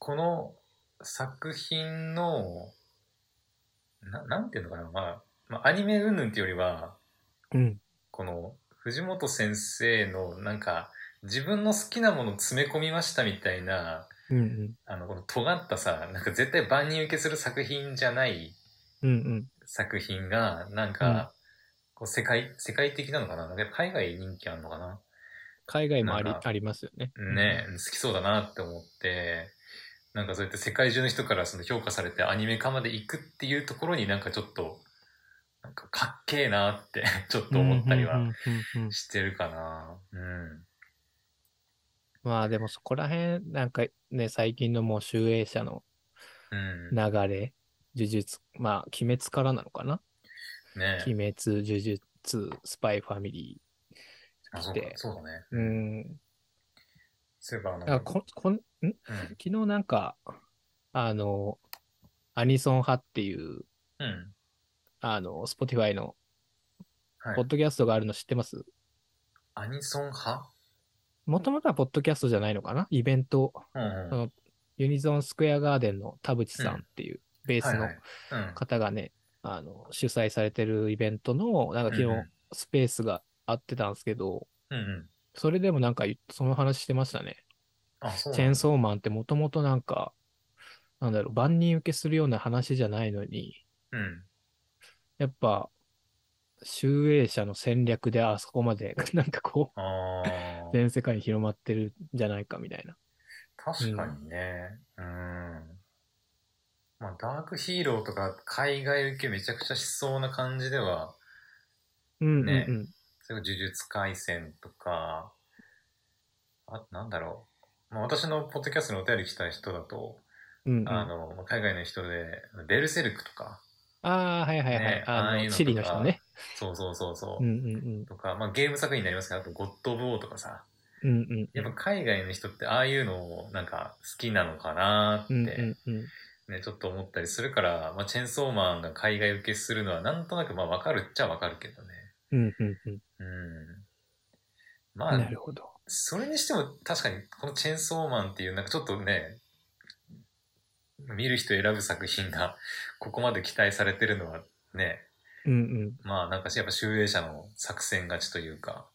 S2: この作品の、ななんていうのかな、まあ、まあ、アニメ云々っていうよりは、
S1: うん。
S2: この藤本先生のなんか自分の好きなものを詰め込みましたみたいな
S1: うんうん。
S2: あのこの尖ったさなんか絶対万人受けする作品じゃない
S1: うんうん。
S2: 作品がなんか、
S1: うん
S2: こう世界世界的なのかななんか海外人気あるのかな
S1: 海外もあり
S2: なんか
S1: ありますよね。
S2: ねえ、好きそうだなって思ってなんかそうやって世界中の人からその評価されてアニメ化まで行くっていうところになんかちょっとなんかかっけえなって ちょっと思った
S1: う
S2: り
S1: んう
S2: は
S1: んうんうん
S2: してるかなうん
S1: まあでもそこら辺、なんかね、最近のもう集英社の
S2: うん、
S1: 流れ、呪術、まあ鬼滅からなのかな
S2: ね
S1: 鬼滅、呪術、スパイファミリ
S2: あそう
S1: 来
S2: か
S1: て
S2: そうだね。
S1: ー。うん。
S2: そういえばあの、
S1: あここんん
S2: うん
S1: 昨日なんか、あの、アニソン派っていう、
S2: うん。
S1: あの、Spotify の
S2: は
S1: ポッ
S2: い。
S1: ドキャストがあるの知ってます
S2: アニソン派
S1: もともとはポッドキャストじゃないのかなイベント、
S2: うん
S1: あ
S2: うん。
S1: のユニゾンスクエアガーデンの田淵さんっていうベース
S2: はいは
S1: の
S2: い。うん。
S1: 方がね、あの、主催されてるイベントの、なんか昨
S2: うん
S1: 日スペースがあってたんですけど、
S2: うんうん。
S1: それでもなんかその話してましたね。
S2: あ、そう
S1: チェーンソーマンってもともとなんか、なんだろう、万人受けするような話じゃないのに、
S2: うん。
S1: やっぱ、集英社の戦略であそこまで、 なんかこう、
S2: あ あ。
S1: 全世界に広まってるんじゃないかみたいな。
S2: 確かにね。うん。まあ、ダークヒーローとか海外受けめちゃくちゃしそうな感じでは、
S1: うんうんうん。
S2: ねそれこそ呪術廻戦とか、あ、なんだろう。まあ、私のポッドキャストにお便り来た人だと、
S1: うんうん、
S2: あ
S1: あ
S2: の、まあ海外の人で、ベルセルクとか、
S1: あー、はいはいはい。
S2: ね
S1: あの
S2: ああいうのとか
S1: チリの人ね。
S2: そうそうそうそうう。
S1: んうんうん。
S2: とか、まあ、ゲーム作品になりますけど、あと、ゴッド・オブ・オーとかさ、
S1: うんうん。
S2: やっぱ海外の人ってああいうのをなんか好きなのかなって
S1: うん
S2: ね、
S1: うんうん。
S2: ちょっと思ったりするから、まあ、チェンソーマンが海外受けするのはなんとなくまあわかるっちゃわかるけどね。
S1: うんうんうん。
S2: うん。ま
S1: な
S2: あ
S1: る、ほど。
S2: それにしても確かにこのチェンソーマンっていうなんかちょっとね、見る人選ぶ作品が ここまで期待されてるのはね、
S1: うん
S2: まあなんかやっぱ集英社の作戦勝ちというか、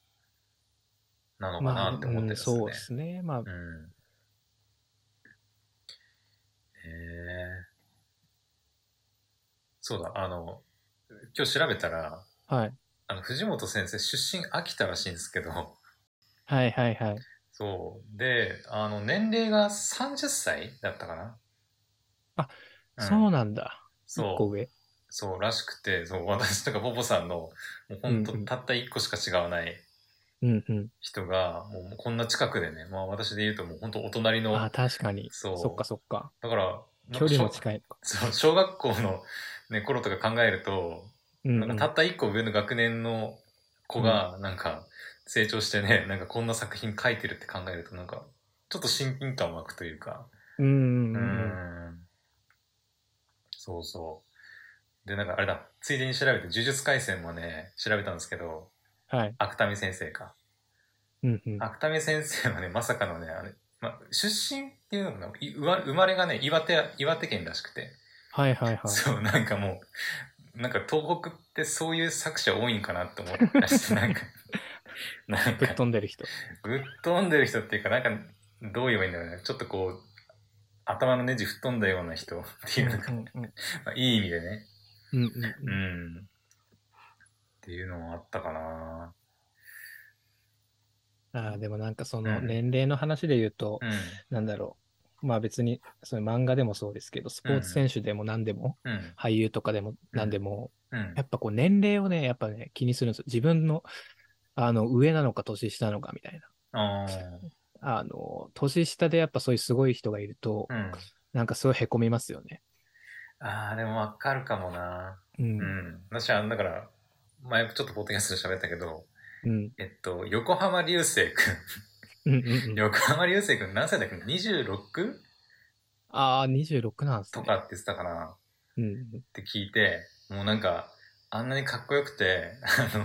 S2: なの
S1: うん。ま
S2: かな
S1: あ、
S2: って思ってるん
S1: う
S2: で
S1: ん
S2: すよね。
S1: そうですね。まあ、
S2: うん。へえ。そうだ、あの、今日調べたら、
S1: はい。
S2: あの、藤本先生出身秋田らしいんですけど、
S1: はいはいはい。
S2: そう。で、あの、年齢が30歳だったかな。
S1: あ、
S2: ん
S1: そうなんだ。一個
S2: そう、
S1: 上。
S2: そうらしくて、そう、私とかポポさんの、もうほんと
S1: うんうん
S2: たった1個しか違わない
S1: うんうん。
S2: 人が、もうこんな近くでね、まあ私で言うともうほんとお隣の、
S1: ああ、確かに。
S2: そう
S1: そっかそっか。
S2: だから、な
S1: 距
S2: んか
S1: 離も近いのか。
S2: そう小学校の、ね、頃とか考えると、
S1: うんう
S2: なん
S1: ん
S2: かたった1個上の学年の子がなんか成長してね、なんかこんな作品書いてるって考えるとなんかちょっと親近感湧くというか、
S1: うんうん
S2: う
S1: うんん
S2: そうそうでなんかあれだついでに調べて「呪術廻戦」もね調べたんですけど
S1: はい。
S2: 芥見先生か。
S1: うんうん。
S2: 芥見先生はね、まさかのね、あれ、まあ、出身っていうのもい生ま生まれがね、岩手、岩手県らしくて。
S1: はいはいはい。
S2: そう、なんかもう、なんか東北ってそういう作者多いんかなって思っ たし、なんか、なん
S1: ぶっ
S2: か、
S1: 飛んでる人。
S2: ぶっ飛んでる人っていうか、なんか、どう言えばいいんだろうね。ちょっとこう、頭のネジ吹っ飛んだような人って いうのが、
S1: うんうん
S2: まあ、いい意味でね。
S1: うん
S2: う
S1: うん
S2: ん。っていうのもあったかな。
S1: あーでもなんかその
S2: うん
S1: 年齢の話で言うと、
S2: うん。
S1: なんだろう。まあ別に、その漫画でもそうですけど、スポーツ選手でも何でも、
S2: うん。
S1: 俳優とかでも何でも、
S2: うん
S1: や。っぱこう年齢をね、やっぱね、気にするんですよ。自分の、あの、上なのか年下なのかみたいな。
S2: あ
S1: あの、年下でやっぱそういうすごい人がいると、
S2: あ。うん。
S1: なんかすごい凹みますよね。
S2: ああ、でもわかるかもな。
S1: う。
S2: うんん。私は、だから、前ちょっとポッドキャストで喋ったけど、
S1: うん。
S2: えっと、横浜流星く。
S1: うんうんうんん。
S2: 横浜流星くん何歳だっけ ?26?
S1: ああ、26なんです
S2: と
S1: ね。
S2: かって言ってたかな
S1: うんうん。
S2: って聞いて、もうなんか、あんなにかっこよくて、あ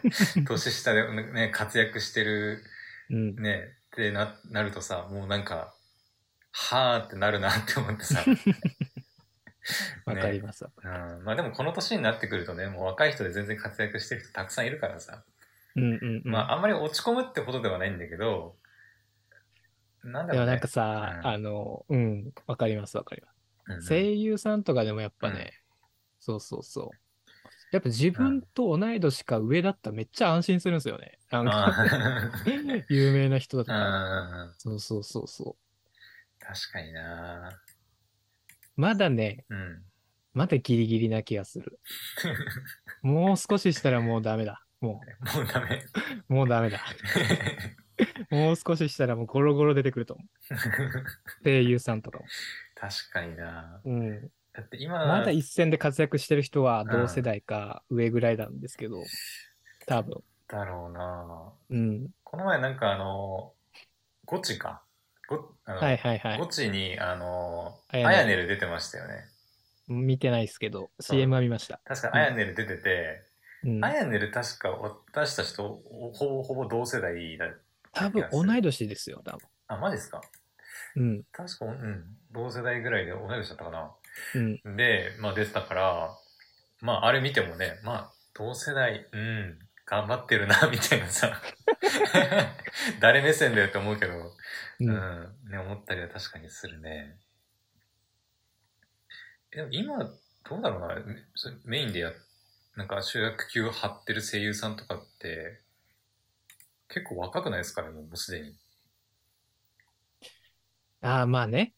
S2: の、年下でね、活躍してる、
S1: うん。
S2: ね、ってな、なるとさ、もうなんか、はーってなるなって思ってさ。
S1: わかります。
S2: うん、まあでもこの年になってくるとね、もう若い人で全然活躍してる人たくさんいるからさ。
S1: うんうんうん。
S2: まああんまり落ち込むってことではないんだけど、なんだ
S1: でも
S2: ろう
S1: なん
S2: ね
S1: か。さ、
S2: うん
S1: あの、うん、わかりますわかりま
S2: うん
S1: す。声優さんとかでもやっぱね、そうそうそう。やっぱ自分と同い年か上だったらめっちゃ安心するんですよね。なんか、
S2: あー
S1: 有名な人だったら。
S2: うん
S1: そうそうそうそ
S2: 確かにな
S1: う。まだね、
S2: うん。
S1: まだギリギリな気がす る。もう少ししたらもうダメだ。も
S2: もうダメ。
S1: う、もうダメだ。もう少ししたらもうゴロゴロ出てくると思う。声優さんとかも。
S2: 確かにな
S1: うん。
S2: だって今、
S1: まだ一戦で活躍してる人は同世代か上ぐらいなんですけど、多分。
S2: だろうな
S1: うん。
S2: この前なんかあの、ゴチか。ゴあの
S1: はいはいはい
S2: ゴ。チに、あの、ア
S1: アヤネル
S2: ヤネル出てましたよね。
S1: 見てないですけど、
S2: そう
S1: CM は見ました。
S2: 確かアヤネル出てて、
S1: うん
S2: ア。ヤネル確か私たちとほぼほぼ同世代だ。
S1: 多分同い年ですよ、多
S2: あ、マジですか
S1: 分。
S2: 確か、うん、同世代ぐらいで同い年だったかな。
S1: うん。うん。
S2: で、まあ出てたから、まああれ見てもね、まあ同世代、うん、頑張ってるな、 みたいなさ、誰目線だよって思うけど、
S1: う。
S2: うんん、ね、思ったりは確かにするね。えでも今、どうだろうな、めそれメインでや、なんか主役級張ってる声優さんとかって、結構若くないですかね、もうもうすでに。
S1: ああ、まあね。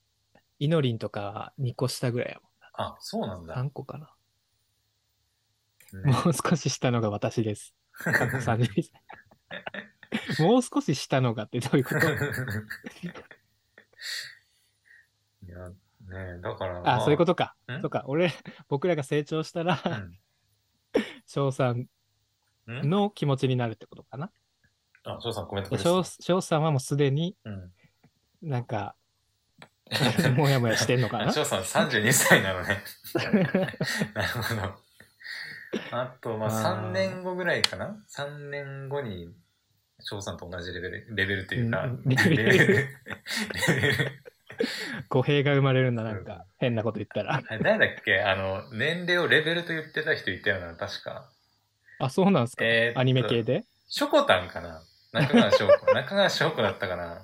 S1: イノリンとか2個下ぐらいや
S2: あ、そうなんだ。
S1: もん。3個かな。もう少し下のが私です。
S2: ね
S1: 32歳もう少し下のがってどういう こと
S2: いや、ねだから、
S1: あ、そういうことか
S2: ん。
S1: とか、俺、僕らが成長した
S2: と
S1: ら、翔さん
S2: うん。ん
S1: の気持ちになるってことかな。
S2: あ、翔さんコメントく
S1: で
S2: れてた
S1: 翔翔さんはもうすでに
S2: うん。
S1: なんか、もやもやしてんのか
S2: あ
S1: な。
S2: 翔さん32歳なの ね。なるほど。あと、まあ、
S1: あー
S2: 3年後ぐらいかな ?3 年後に、翔さんと同じレベル、レベルというか
S1: う、ん
S2: レ
S1: レ
S2: ベ
S1: ベル
S2: ル、レベル。
S1: 語弊が生まれるんだ、なんか、変なこと言ったら。
S2: あれ誰だっけあの、年齢をレベルと言ってた人いたよな、確か。
S1: あ、そうなんですか、
S2: えーっと
S1: アニメ系で
S2: ショコタンかな中川翔 子。中川翔子だったかな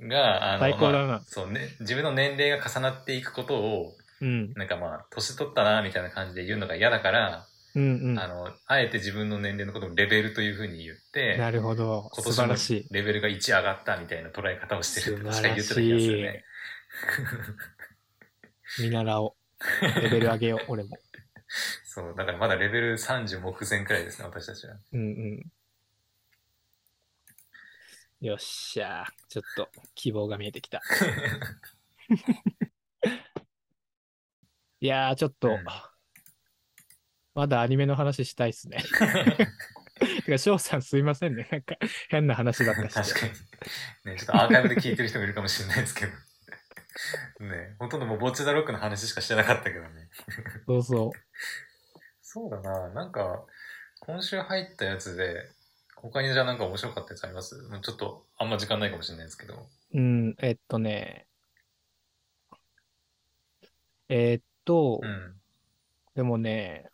S2: が、あの、
S1: 最高だな
S2: まあそうね、自分の年齢が重なっていくことを、
S1: うん。
S2: なんかまあ、年取ったな、みたいな感じで言うのが嫌だから、
S1: うんうん。
S2: あの、あえて自分の年齢のことをレベルというふうに言って、
S1: なるほど。
S2: 今
S1: 素晴らし
S2: 年も
S1: い。
S2: レベルが1上がったみたいな捉え方をしてるって確
S1: 素
S2: か
S1: 晴
S2: に
S1: ら
S2: 言
S1: し
S2: っ
S1: い
S2: てた気がするね。
S1: 見習おう。レベル上げよう、俺も。
S2: そう、だからまだレベル30目前くらいですね、私たちは。
S1: うんうん。よっしゃー。ちょっと希望が見えてき た。いやー、ちょっと、
S2: うん
S1: まだアニメの話したいっす ね。てか、翔さんすいませんね。なんか変な話ばっか
S2: 確
S1: して。
S2: かに。ね、ちょっとアーカイブで聞いてる人もいるかもしれないですけど。ね、ほとんどもうボッチザロックの話しかしてなかったけどね。
S1: そうそう。
S2: そうだな、なんか、今週入ったやつで、他にじゃあなんか面白かったやつありますもうちょっとあんま時間ないかもしれないですけど。
S1: うん、えっとね。えっと
S2: う、ん。
S1: でもね、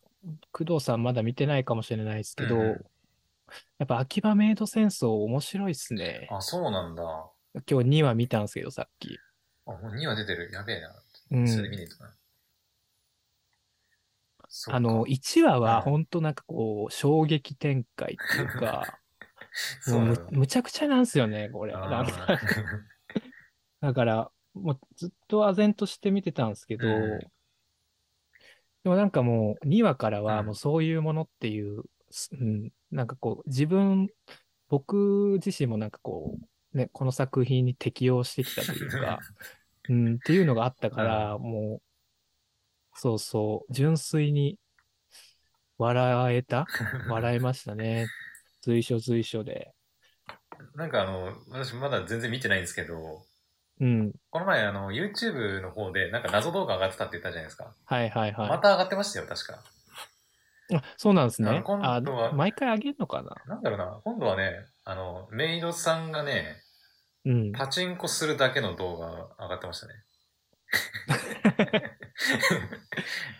S1: 工藤さんまだ見てないかもしれないですけど、
S2: うん
S1: や
S2: う
S1: っぱ秋葉メイド戦争面白いっすね。
S2: あ、そうなんだ。あ、
S1: 今日2話見たんですけど、さっき。
S2: もう2話出てる。やべえな。
S1: うん。
S2: それで見ねえとな。そうか
S1: あの、、1話
S2: うん
S1: は本当なんかこう、衝撃展開っていうか、 も
S2: そ
S1: う
S2: うなん
S1: む
S2: だ。
S1: むちゃくちゃなんですよね、これ。な
S2: あ
S1: ん
S2: ー
S1: かだから、もうずっと唖然として見てたんですけど、
S2: うん
S1: でもなんかもう2話から
S2: う
S1: は
S2: ん
S1: もうそういうものっていう、すうん、なんかこう自分、僕自身もなんかこう、ね、この作品に適応してきたという か、うん、っていうのがあったから、もう、そうそう、純粋に笑えた 笑えましたね。随所随所で。
S2: なんかあの、私まだ全然見てないんですけど、
S1: うん。
S2: この前あの、YouTube の方でなんか謎動画上がってたって言ったじゃないですか。
S1: はいはいはい。
S2: また上がってましたよ、確か。
S1: あ、そうなんです
S2: なん
S1: ね。
S2: か今
S1: あ
S2: 度は、
S1: 毎回あげるのかな
S2: なんだろうな、今度はね、あの、メイドさんがね、
S1: うん。
S2: パチンコするだけの動画上がってましたね。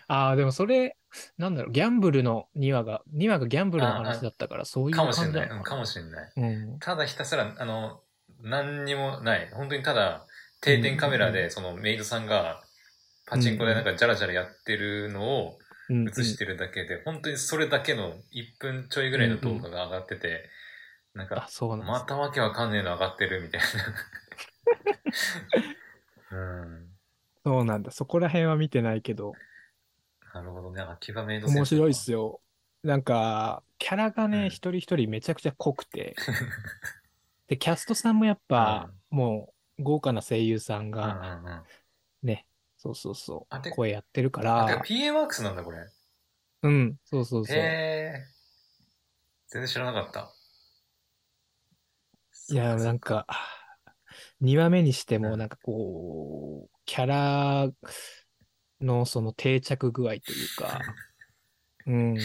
S1: ああ、でもそれ、なんだろう、ギャンブルの2話が、2話がギャンブルの話だったから、そういう
S2: か
S1: 感
S2: もしれ
S1: じ
S2: ない。
S1: な
S2: うん
S1: の
S2: か
S1: か
S2: もしれない。
S1: な。うん。
S2: ただひたすら、あの、何にもない。本当にただ、定点カメラ
S1: うんうん
S2: で、そのメイドさんが、パチンコでなんかジャラジャラやってるのを
S1: うん
S2: 映してるだけで、本当にそれだけの1分ちょいぐらいの動画が上がってて、なん
S1: うんあ、
S2: か、
S1: そうなんで。
S2: ますたわけわかんねえの上がってるみたいな。 うん。
S1: そうなんだ。そこら辺は見てないけど、
S2: なるほどね。秋葉メイド
S1: 面白いっ
S2: よ。
S1: すよ。なんか、キャラが
S2: うん
S1: ね、一人一人めちゃくちゃ濃く て、で、キャストさんもやっぱ、もう、豪華な声優さん
S2: うんうん
S1: が、
S2: うん。
S1: ね、そうそうそ
S2: あて
S1: う、声やってるか、
S2: あ、てから PA ワークスなんだ、これ。へ
S1: うん、そうそうそう。
S2: え。全然知らなかった。
S1: いや、なんか、2話目にしても、なんかこう、キャラのその定着具合という か、うん。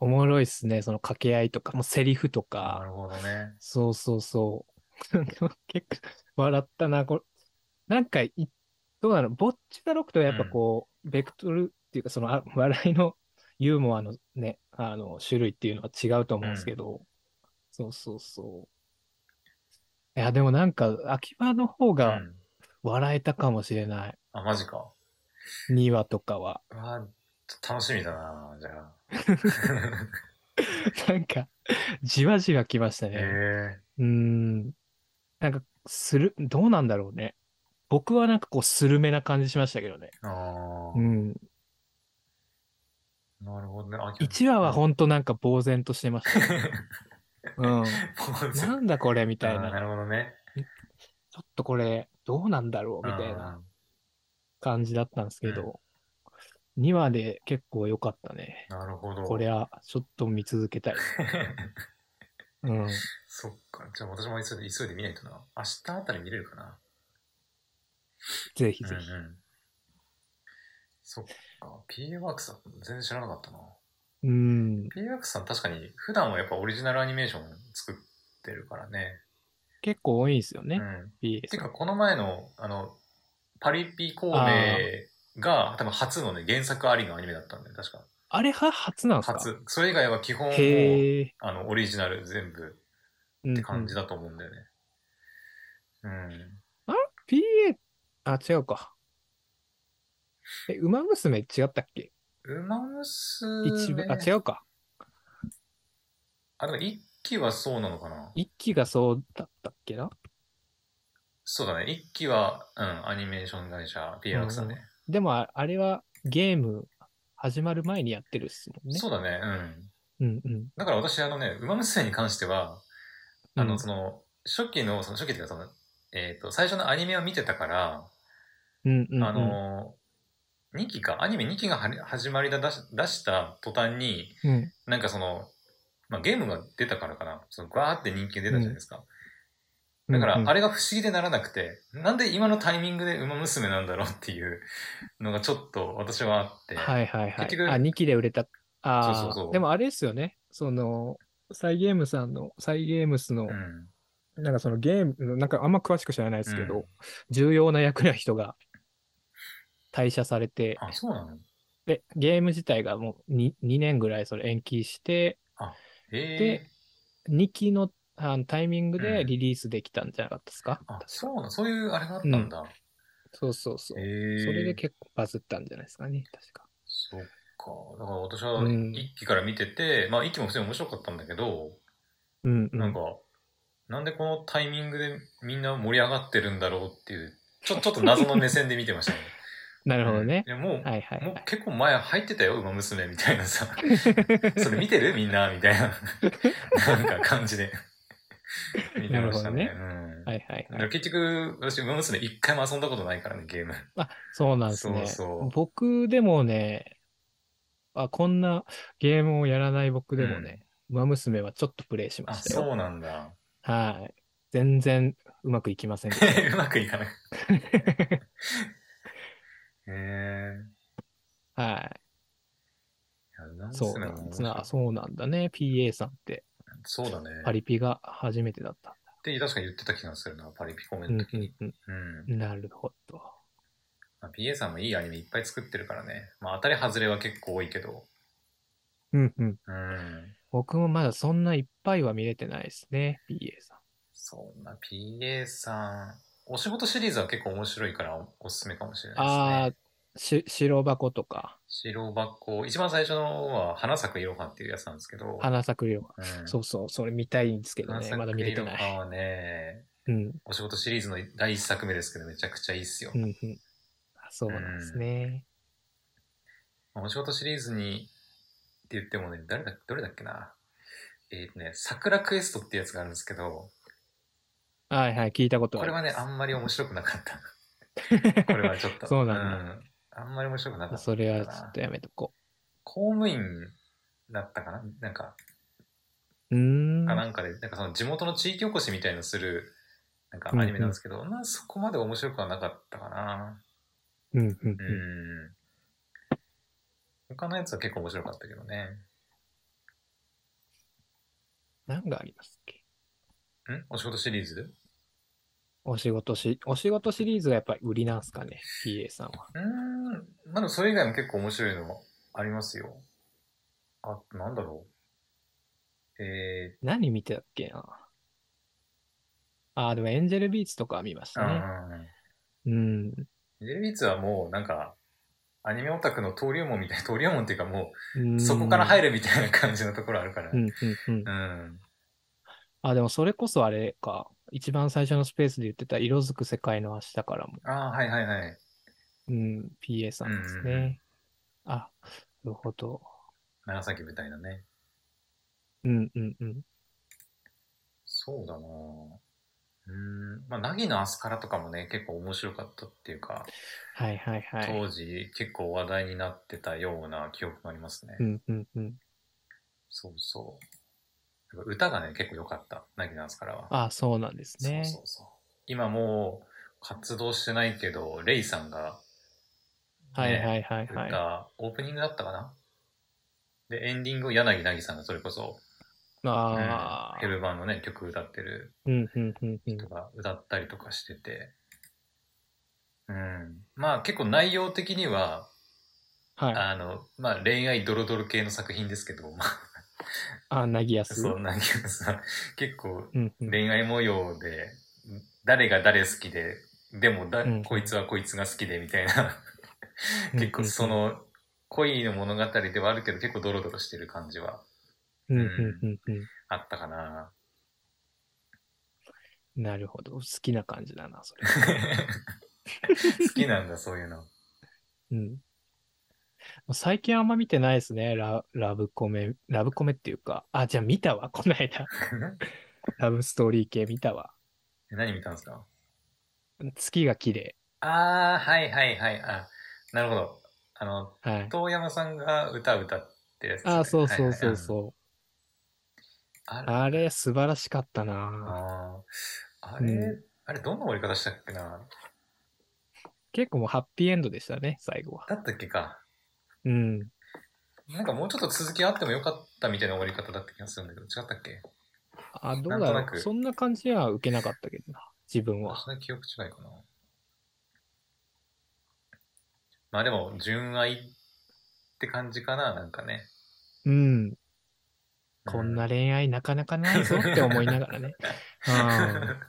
S1: おもろいっすね、その掛け合いとか、もうセリフと
S2: なる
S1: か、
S2: ほどね。
S1: そうそうそう。なんか 結構、笑ったな、これ。なんかい、どうなのぼっちがロックとやっぱこう、ベクトルっていうか、その、あ笑いのユーモアのね、あの、種類っていうのは違うと思うんですけど、そうそうそう。いや、でもなんか、秋葉の方
S2: う
S1: が
S2: ん。
S1: 笑えたかもしれない。
S2: あ、マジか。
S1: 2話とかは。
S2: うわちょっと楽しみだな、じゃあ。
S1: なんか、じわじわきました
S2: へ
S1: ね。
S2: え。
S1: うーん。なんか、する、どうなんだろうね。僕はなんかこう、スルメな感じしましたけどね。
S2: ああ
S1: う。ん。
S2: なるほどね。
S1: 1話はほんとなんか呆然としてましたね。うん。
S2: ん
S1: なんだこれみたい
S2: な
S1: な。
S2: るほどね。
S1: ちょっとこれ、どうなんだろうみたい
S2: うん
S1: な。感じだったんですけど、2話で結構良かったね。
S2: なるほど。
S1: これは、ちょっと見続けたい。うん。
S2: そっか。じゃあ私も急いで、急いで見ないとな。明日あたり見れるかな。
S1: ぜひぜひ。
S2: うんうん。そっか。PA ワークスさん、全然知らなかったな。
S1: うん。
S2: PA ワークスさん、確かに、普段はやっぱオリジナルアニメーション作ってるからね。
S1: 結構多いんですよね
S2: う。ん。
S1: BS
S2: てか、この前の、あの、パリピ神戸が、多分初のね、原作ありのアニメだったんだよ、確か。
S1: あれは初なんですか
S2: 初。それ以外は基本もう、
S1: へえ。
S2: あの、オリジナル全部
S1: っ
S2: って感じ
S1: だ。
S2: だと思うんだよね。うん。
S1: PA、あ、違うか。え、ウマ娘違ったっけ
S2: ウマ娘。
S1: 一部、あ、違うか。
S2: あ、でも一期はそうなのかな。
S1: 一期がそうだったっけな
S2: そうだね。一期は、うん、アニメーション会社、ピアノさんね。
S1: でもあ、あれはゲーム始まる前にやってるっすもんね。
S2: そうだね。うん。
S1: うんうん。
S2: だから私、あのね、ウマ娘に関しては、あ
S1: う
S2: の、
S1: ん
S2: その、初期の、その初期っていうか、その、えっ、と、最初のアニメを見てたから、
S1: うんうんうん。
S2: あのー、2期か、アニメ2期がは始まりだ出し出した途端に、
S1: うん、
S2: なんかその、まあ、ゲームが出たからかな、そのガーって人気が出たじゃないですか。だから、あ
S1: れ
S2: れが不思議でならなくて、なんで今のタイミングで馬娘なんだろうっていうのがちょっと私はあって、
S1: はいはいはい。
S2: 結局
S1: あ、二期で売れたああ、
S2: そうそうそう
S1: でもあれですよね。その、サイゲームさんの、サイゲームスの、
S2: うん。
S1: なんかそのゲームの、なんかあんま詳しく知らないですけど、
S2: うん
S1: 重要な役な人が退社されて、
S2: あ、そうなの
S1: で、ゲーム自体がもう 2, 2年ぐらいそれ延期して、
S2: え
S1: で2期のあのタイミングで
S2: うん
S1: リリースできたんじゃなかったですか、
S2: ー、あ、そうなのそういうあれがあったんだ。
S1: そうそうそう。
S2: えー、
S1: それで結構バズったんじゃないですかね、確か。
S2: そっか。だから私は
S1: うん
S2: 一期から見てて、まあ一期も普通に面白かったんだけど、
S1: うん、うん。
S2: なんか、なんでこのタイミングでみんな盛り上がってるんだろうっていう、ち ょちょっと謎の目線で見てましたね。
S1: なるほどね
S2: い。やもう、
S1: はいはいは
S2: もう
S1: い。
S2: 結構前入ってたよ、馬娘みたい なさ。それ見てるみんなみたいな、なんか感じで。見てましたね。
S1: なる
S2: うん
S1: はいはいは
S2: だか
S1: い。
S2: ら結局、私、馬娘一回も遊んだことないからね、ゲーム。
S1: あ、そうなんですね。
S2: そうそう
S1: 僕でもね、あ、こんなゲームをやらない僕でもね、ウマ娘はちょっとプレイしま
S2: あ、
S1: したよ。
S2: そうなんだ。
S1: はい。全然うまくいきませんけど。
S2: うまくい かない。へえ
S1: はい。
S2: ー。いや馬
S1: そう
S2: 娘
S1: な
S2: も
S1: んですな。そうなんだね。PA さんって、
S2: そうだね。
S1: パリピが初めてだった。
S2: って確か言ってた気がするな、パリピコメ
S1: う
S2: ント
S1: ん
S2: 時
S1: う
S2: に。
S1: んうん。
S2: うん。
S1: なるほど。
S2: まあ、PA さんもいいアニメいっぱい作ってるからね。まあ当たり外れは結構多いけど。
S1: うんうん。
S2: うん。
S1: 僕もまだそんないっぱいは見れてないですね。PA さん。
S2: そんな PA さん、お仕事シリーズは結構面白いからおおすすめかもしれない
S1: あ
S2: ですね。
S1: あ、し、白箱とか、
S2: 白箱、一番最初のは花咲くいろはっていうやつなんですけど、
S1: 花咲くよう
S2: うん
S1: そうそう、それ見たいんですけど
S2: 花
S1: ね、
S2: 咲
S1: まだ見
S2: く
S1: れ
S2: い
S1: て
S2: ろ
S1: な。
S2: はいはね、
S1: うん、
S2: お仕事シリーズの第一作目ですけど、めちゃくちゃいいっすよ。
S1: うん、うん。あそうなんですね。
S2: まあお仕事シリーズにって言ってもね、誰だ、どれだっけな。えっ、とね、桜クエストってやつがあるんですけど、
S1: はいはい、聞いたこと
S2: こ
S1: あ
S2: れ
S1: る。
S2: はね、あんまり面白くな かった。これはちょっと。
S1: そうなんだ
S2: んあんまり面白くなかった。
S1: それはちょっとやめとこ
S2: 公務員だったかななんか、
S1: う。うーん。
S2: かなんかで、なんかその地元の地域おこしみたいのする、なんかアニメなんですけど、まあそこまで面白くはなかったかな。
S1: うん、うん、うん
S2: う。ん。他のやつは結構面白かったけどね。
S1: 何がありますっけ
S2: んお仕事シリーズ
S1: お仕事し、お仕事シリーズがやっぱり売りなんすかね、PA さんは。
S2: うーん、まあでもそれ以外も結構面白いのありますよ。あ、なんだろう。え
S1: 何見てたっけな。ああ、でもエンジェルビーチとかは見まし
S2: ー、
S1: たね。
S2: あ
S1: うん。
S2: ー、ジェルビーツはもうなんか、アニメオタクの登竜門みたい、 登竜門っていうかも
S1: うん
S2: う、そこから入るみたいな感じのところあるから。
S1: う、
S2: うんん。
S1: うん、うん。あ、でもそれこそあれか。一番最初のスペースで言ってた色づく世界の明日からも。
S2: ああ、はいはいはい。
S1: うん、PA さんです
S2: うんうんう
S1: ね。あ、なるほど。
S2: 長崎舞台だね。
S1: うんうんうん。
S2: そうだなぁうーん。まあ、なぎのアスカラとかもね、結構面白かったっていうか、
S1: はいはいはい。
S2: 当時結構話題になってたような記憶がありますね。
S1: うんうんうん。
S2: そうそう。やっぱ歌がね、結構良かった。なぎのアスカラは。
S1: あ、そうなんですね。
S2: そうそうそう。今もう活動してないけど、レイさんが
S1: はいはいはい
S2: 歌、
S1: はい。
S2: オープニングだったかなで、エンディングを柳凪さんがそれこそ、
S1: ああ
S2: うん、ヘ。ブ版のね、曲歌ってる
S1: うんうんうんうん。
S2: とか歌ったりとかしてて、うん。まあ結構内容的には、
S1: はい。
S2: あの、まあ恋愛ドロドロ系の作品ですけど、まあ、
S1: あ、なぎやす。
S2: そう、なぎのさ、結構
S1: うんうん。
S2: 恋愛模様で、誰が誰好きで、でもだ、
S1: うん
S2: こいつはこいつが好きでみたいな、
S1: うん
S2: 結構その、恋の物語ではあるけど、結構ドロドロしてる感じは
S1: うんうんうんう
S2: あったかな。
S1: ん。なるほど。好きな感じだな、それ。
S2: 好きなんだ、そういうの。
S1: うん。もう最近あんま見てないですね。ラ、ラブコメ、ラブコメっていうか。あ、じゃあ見たわ、この 間。ラブストーリー系見たわ。
S2: え何見たんですか
S1: 月が綺麗。
S2: ああ、はいはいはい。あ、なるほど。あの、
S1: はい。
S2: 遠山さんが歌歌ってるやつですね
S1: あ、そうそうそうそう。
S2: はいはいはい
S1: あれ、素晴らしかったな。
S2: あああれ、
S1: う
S2: あれどんな終わり方したっけな
S1: 結構もうハッピーエンドでしたね、最後は。
S2: だったっけか。
S1: うん。
S2: なんかもうちょっと続きあってもよかったみたいな終わり方だった気がするんだけど、違ったっけ
S1: あ、どう
S2: な
S1: だ
S2: ん
S1: ろ
S2: となく
S1: う。そんな感じは受けなかったけどな、自分は。
S2: そんな記憶違いかな。まあでも、純愛って感じかな、なんかね。
S1: うん。
S2: う
S1: こんな恋愛なかなかないぞって思いながら ね。うん。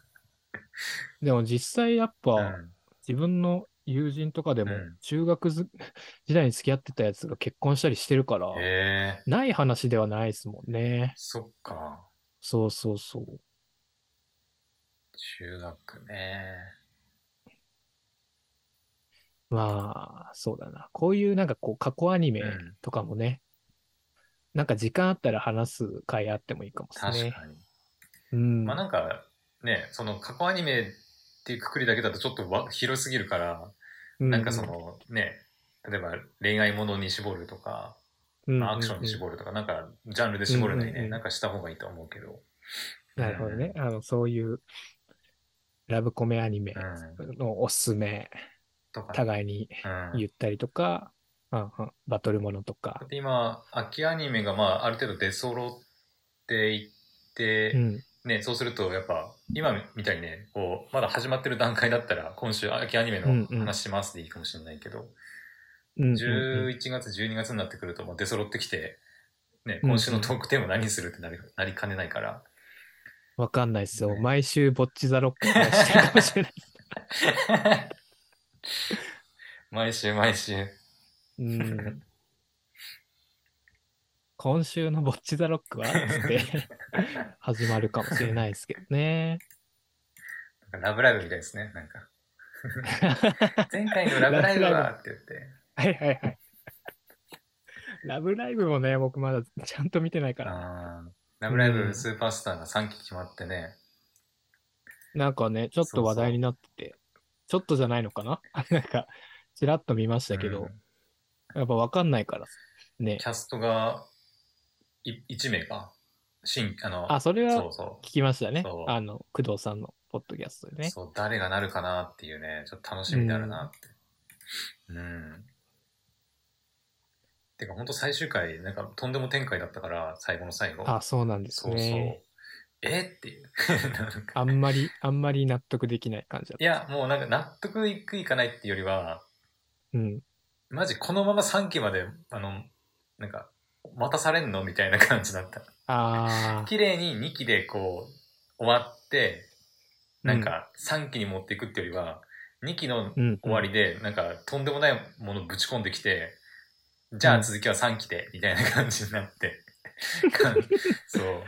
S1: でも実際やっ
S2: う
S1: ぱ
S2: ん
S1: 自分の友人とかでも
S2: うん
S1: 中学ず 時代に付き合ってたやつが結婚したりしてるから、
S2: へえ
S1: ない話ではないですもんね。
S2: そっか。
S1: そうそうそう。
S2: 中学ね。
S1: まあ、そうだな。こういうなんかこう過去アニメ
S2: うん
S1: とかもね、なんか時間あったら話す回あってもいいかもです
S2: 確
S1: ね。
S2: かに。
S1: うん。
S2: まあなんか、ね、その過去アニメっていうくくりだけだとちょっとわ広すぎるから、
S1: うん
S2: なんかそ、のね、例えば恋愛ものに絞るとか、
S1: うん
S2: まあアクションに絞るとか、なんかジャンルで絞れないね、
S1: うんうんうん
S2: なんかした方がいいと思うけど。
S1: なるほどね。あの、そういうラブコメアニメのおすすめ、
S2: とか、ね。
S1: 互いに
S2: うん
S1: 言ったりとか、うんうんバトルものとか
S2: だっ。て今、秋アニメがまあある程度出揃っていって、
S1: うん。
S2: ね、そうするとやっぱ今みたいにね、こう、まだ始まってる段階だったら今週秋アニメ
S1: うんう
S2: の
S1: ん
S2: 話しますでいいかもしれないけど、
S1: うんうんうん
S2: 11月、12月になってくるともう出揃ってきて、ね、今週のトークテーマ何するってなりなりかねないから、
S1: わかんないっすよ。
S2: ね
S1: 毎週ぼっちザロックとかしてるかもしれ ない。
S2: 毎週毎週。
S1: うん。今週のぼっちザロックはつって始まるかもしれないですけどね。
S2: なんかラブライブみたいですね、なん か。前回のラブライブはって言って。
S1: はいはいはい。ラブライブもね、僕まだちゃんと見てないから。
S2: あーラブライ
S1: う
S2: ブ
S1: ん
S2: スーパースターが3期決まってね。
S1: なんかね、ちょっと話題になってて、ちょっとじゃないのかな なんか、ちらっと見ましたけど、
S2: うん
S1: やっぱわかんないからね
S2: キ。ャストが1名か。新、あの、
S1: あ、それ
S2: そ
S1: は
S2: うそ
S1: 聞きましたね
S2: そ。う
S1: あの、工藤さんのポッドキャストで
S2: う、
S1: ね。
S2: そう。誰がなるかなっていうね、ちょっと楽しみになるなって。うん。てか、ほんと最終回、なんかとんでも展開だったから、最後の最後。
S1: あ、そうなんです
S2: そうそう。
S1: ね。
S2: えっていう。 なんか
S1: あんまり、あんまり納得できない感じだっ
S2: いや、もうなんか納得いくいかないっていうよりは、
S1: た。うん。
S2: マジこのまま3期まで、あの、なんか、待たされんのみたいな感じだった。
S1: ああ、
S2: 綺麗に2期でこう、終わって、 なんか3期に持っていくっていうよりは、2期の
S1: うん。
S2: 終わりで、なんかとんでもないものぶち込んできて、じゃあ続きは3期で、みたいな感じになって。 感そう。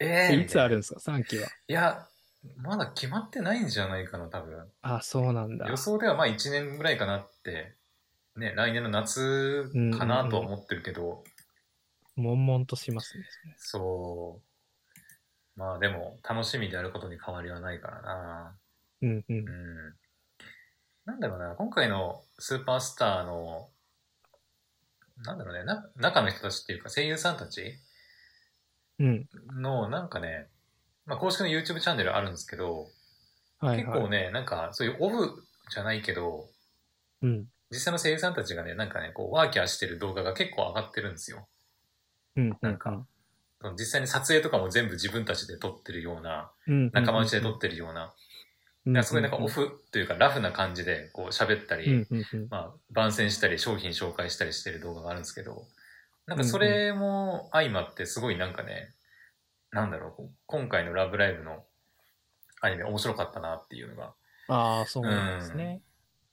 S2: え
S1: え
S2: ー、
S1: いつあ
S2: る
S1: るんですか ?3 期は。
S2: いや、まだ決まってないんじゃないかな、多分。
S1: あ、そうなんだ
S2: 予。想ではまあ1年ぐらいかなって、ね、来年の夏かなとは思ってるけど、
S1: 悶々としますね。
S2: そう。まあでも、楽しみであることに変わりはないからな。
S1: うんうん
S2: う。ん。なんだろうな、今回のスーパースターの、なんだろうね、な中の人たちっていうか、声優さんたち
S1: うん。
S2: の、なんかね、まあ公式の YouTube チャンネルあるんですけど、
S1: はい
S2: 結
S1: はい。
S2: 構ね、なんかそういうオフじゃないけど、
S1: うん。
S2: 実際の声優さんたちがね、なんかね、こう、ワーキャーしてる動画が結構上がってるんですよ。
S1: うん。
S2: なんか、その実際に撮影とかも全部自分たちで撮ってるような、
S1: うん、
S2: 仲間内で撮ってるような、
S1: うん、
S2: なんかすごいなんかオフというかラフな感じでこう喋った
S1: う
S2: り、
S1: んうんうん。
S2: まあ番宣したり商品紹介したりしてる動画があるんですけど、なんかそれも相まってすごいなんかね、なんだろう、今回のラブライブのアニメ面白かったなっていうのが、
S1: ああ、そうなんですね。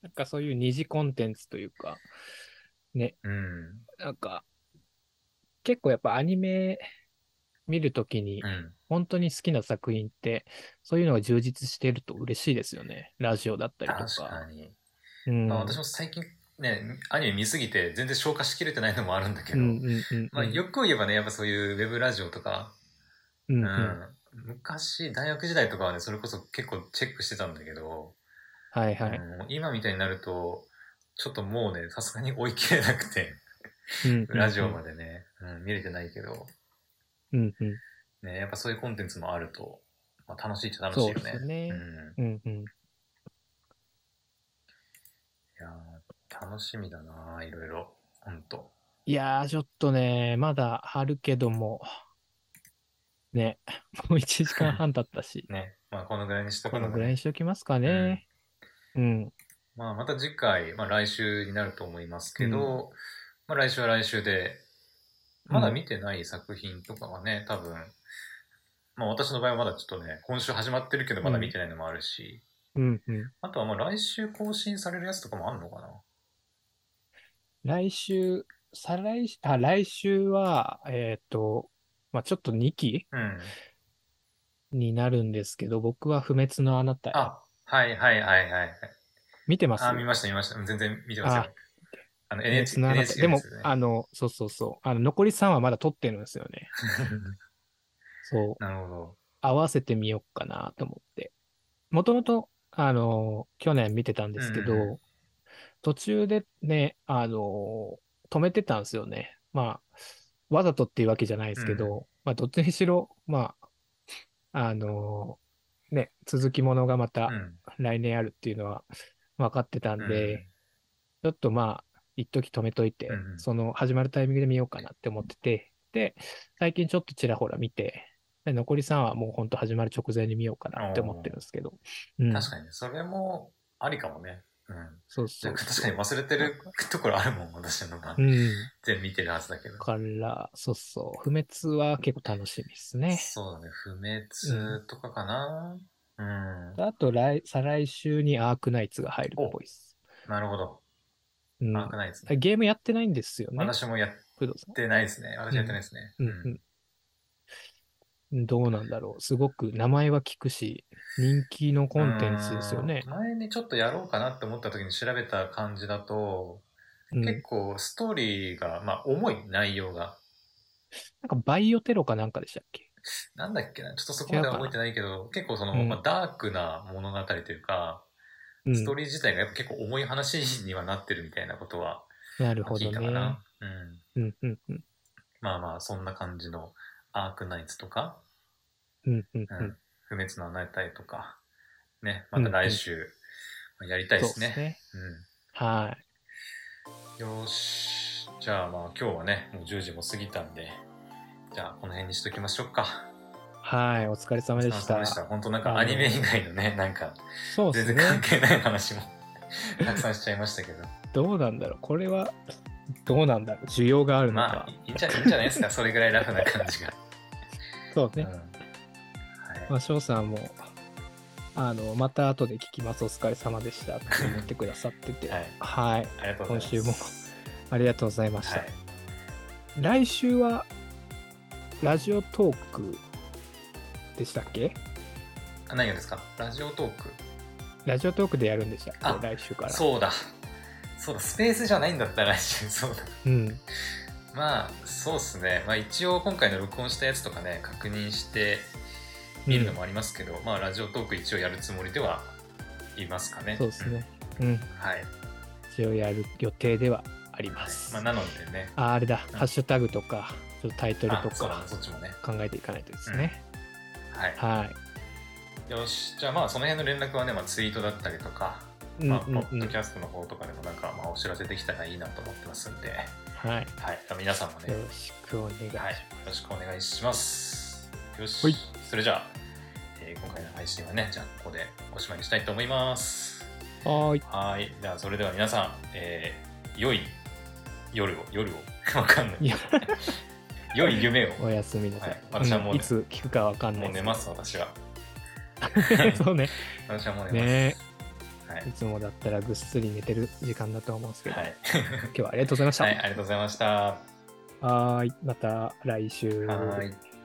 S1: なんかそういう二次コンテンツというか、
S2: うん、
S1: なんか、結構やっぱアニメ見るときに
S2: う、ん、
S1: 本当に好きな作品って、そういうのが充実してると嬉しいですよね。ラジオだったりとか。
S2: 確かに。
S1: うん。
S2: まあ私も最近ね、アニメ見すぎて全然消化しきれてないのもあるんだけど、
S1: うんうんうんうん。
S2: まあよく言えばね、やっぱそういうウェブラジオとか、
S1: うんうん、
S2: う
S1: は
S2: ん昔、大学時代とかはね、それこそ結構チェックしてたんだけど、
S1: いはい。
S2: うん今みたいになると、ちょっともうね、さすがに追い切れなくて、
S1: うんうん
S2: ラジオまでね、うん見れてないけど、
S1: うんうん。
S2: ね、やっぱそういうコンテンツもあると、まあ、楽しいっちゃ楽しいよ
S1: そ
S2: ね。
S1: うですよね
S2: ん、
S1: うんうん。
S2: いやー楽しみだなーいろいろ、ほんと。、
S1: いやー、ちょっとね、まだ春けども、ね、もう1時間半経ったし
S2: ね。まあ、このぐらいにしと
S1: こ
S2: く
S1: の
S2: の
S1: ぐら
S2: で。
S1: いにしときますかね。うん。
S2: まあ、また次回、まあ、来週になると思いますけど、まあ、来週は来週で、まだ見てない作品とかはね、多分、まあ、私の場合はまだちょっとね、今週始まってるけど、まだ見てないのもあるし、
S1: うんうん。
S2: あとはまあ、来週更新されるやつとかもあるのかな
S1: 来週、再来週、あ、来週は、えっと、まあちょっと2期
S2: うん。
S1: になるんですけど、僕は不滅のあなたへ。
S2: あ、はいはいはいはい。
S1: 見てます
S2: あ、見ました見ました。うん全然見てますよ
S1: あ。
S2: あの、
S1: 不滅
S2: NHK
S1: のあなた。でも
S2: すよ、ね
S1: あの、そうそうそう。あの、残り3はまだ撮ってるんですよね。そう。
S2: なるほど。
S1: 合わせてみようかなと思って。もともと、あの、去年見てたんですけど、
S2: うんう
S1: 途中でね、あの、止めてたんですよね。まあ、わざとっていうわけじゃないですけど、まあ、どっちにしろ、まあ、あの、ね、続きものがまた
S2: うん。
S1: 来年あるっていうのは分かってたんで、ちょっとまあ、一時止めといて、
S2: うんうん
S1: その始まるタイミングで見ようかなって思ってて、で、最近ちょっとちらほら見て、で残り3はもう本当始まる直前に見ようかなって思ってるんですけど、う、
S2: うんん確かにね、それもありかもね。うん。
S1: そうそう
S2: 確かに忘れてるところあるもん、私のが
S1: う。ん。
S2: 全部見てるはずだけど
S1: だ。から、そうそう、不滅は結構楽しみですね。
S2: そうだね、不滅とかかな。うん。
S1: あと来、再来週にアークナイツが入るっぽいです。
S2: なるほど。
S1: うん、
S2: 長くないですね。
S1: ゲームやってないんですよね、
S2: 私もやっ
S1: 工藤さん。
S2: てないですね。私やってないですね。
S1: うんうん、どうなんだろう。すごく名前は聞くし、人気のコンテンツですよね
S2: う。ん前にちょっとやろうかなって思った時に調べた感じだと、
S1: うん、な
S2: 結構ストーリーが、まあ、重い内容が。
S1: んかバイオテロかなんかでしたっけ
S2: なんだっけな、ちょっとそこまでは覚えてないけど、結構その、
S1: うん
S2: まあ、ダークな物語というか、
S1: うん
S2: ストーリー自体がやっぱ結構重い話にはなってるみたいなことは
S1: なるほ
S2: 聞
S1: ど
S2: いたか
S1: ね
S2: な。。うん。
S1: うんうんうん
S2: まあまあ、そんな感じのアークナイツとか、
S1: うんうん
S2: うん
S1: うん。
S2: 不滅の穴たいとか、ね、また来週、まあやりたいで
S1: そうですす
S2: ね。
S1: ね。はい。
S2: うん。よし。じゃあまあ今日はね、もう10時も過ぎたんで、じゃあこの辺にしときましょうか。
S1: はい、お疲れ様でし
S2: お疲
S1: た
S2: れ様で。した。本当なんかアニメ以外のね、なんか
S1: そうで
S2: 全
S1: す
S2: 然
S1: ね。
S2: 関係ない話も たくさんしちゃいましたけど。
S1: どうなんだろう。これは、どうなんだろう。需要があるの
S2: ま
S1: か
S2: あ。いいんじゃいいんじゃないですか、それぐらいラフな感じが。
S1: そう
S2: うん
S1: ね
S2: は。い
S1: まあ、翔さんも、あの、また後で聞きます。お疲れ様でした。って言ってくださってて。
S2: は
S1: はいい。
S2: ありがとうござい
S1: 今
S2: ます。
S1: 週も、ありがとうございまし
S2: は
S1: た。
S2: い。
S1: 来週は、ラジオトークでしたっけ
S2: あ何がですかラジオトーク。
S1: ラジオトークでやるんでした
S2: あ
S1: っけ来週から。
S2: そうだ。そうだ、スペースじゃないんだったら来週、そうだ。
S1: うん。
S2: まあ、そうっすね。まあ一応今回の録音したやつとかね、確認して見るのもありますけど、まあラジオトーク一応やるつもりではいますかね。
S1: そうですね。うん。
S2: うん。はい。
S1: 一応やる予定ではあります。
S2: まあなのでね。
S1: あ、あれだ、
S2: うん
S1: ハッシュタグとか、ちょっとタイトル
S2: あ
S1: と
S2: そうだね
S1: か
S2: そっちもね。
S1: 考えていかないとですね。
S2: はい。
S1: はい。
S2: よし。じゃあまあその辺の連絡はね、まあツイートだったりとか、
S1: うん
S2: まあ、ポ
S1: うん
S2: ッ
S1: う
S2: ド
S1: ん。
S2: キャストの方とかでもなんか、まあ、お知らせできたらいいなと思ってますんで、は
S1: はい。よ
S2: い、皆さんもね、
S1: ろしくお願いし
S2: はい、
S1: ま
S2: よ
S1: す。
S2: ろしくお願いします。よし、
S1: はい
S2: それじゃあ、えー今回の配信はね、じゃあここでおしまいにしたいと思います。
S1: はーい。
S2: はい、じゃあそれでは皆さん、えー良い夜を、夜を、わ かんない
S1: いや。
S2: 良 い夢を、
S1: おやすみなさ
S2: は
S1: い。
S2: い私はもう
S1: うん
S2: ね
S1: いつ聞くかわかんな
S2: もう
S1: い
S2: 寝
S1: です。
S2: ます、私は。
S1: そうね。
S2: 私はもう寝ます。
S1: ね
S2: はい
S1: いつもだったらぐっすり寝てる時間だと思うんですけど、
S2: はい、
S1: 今日はありがとうございました。
S2: はい、ありがとうございました。は
S1: はーい。また来週。
S2: ーい。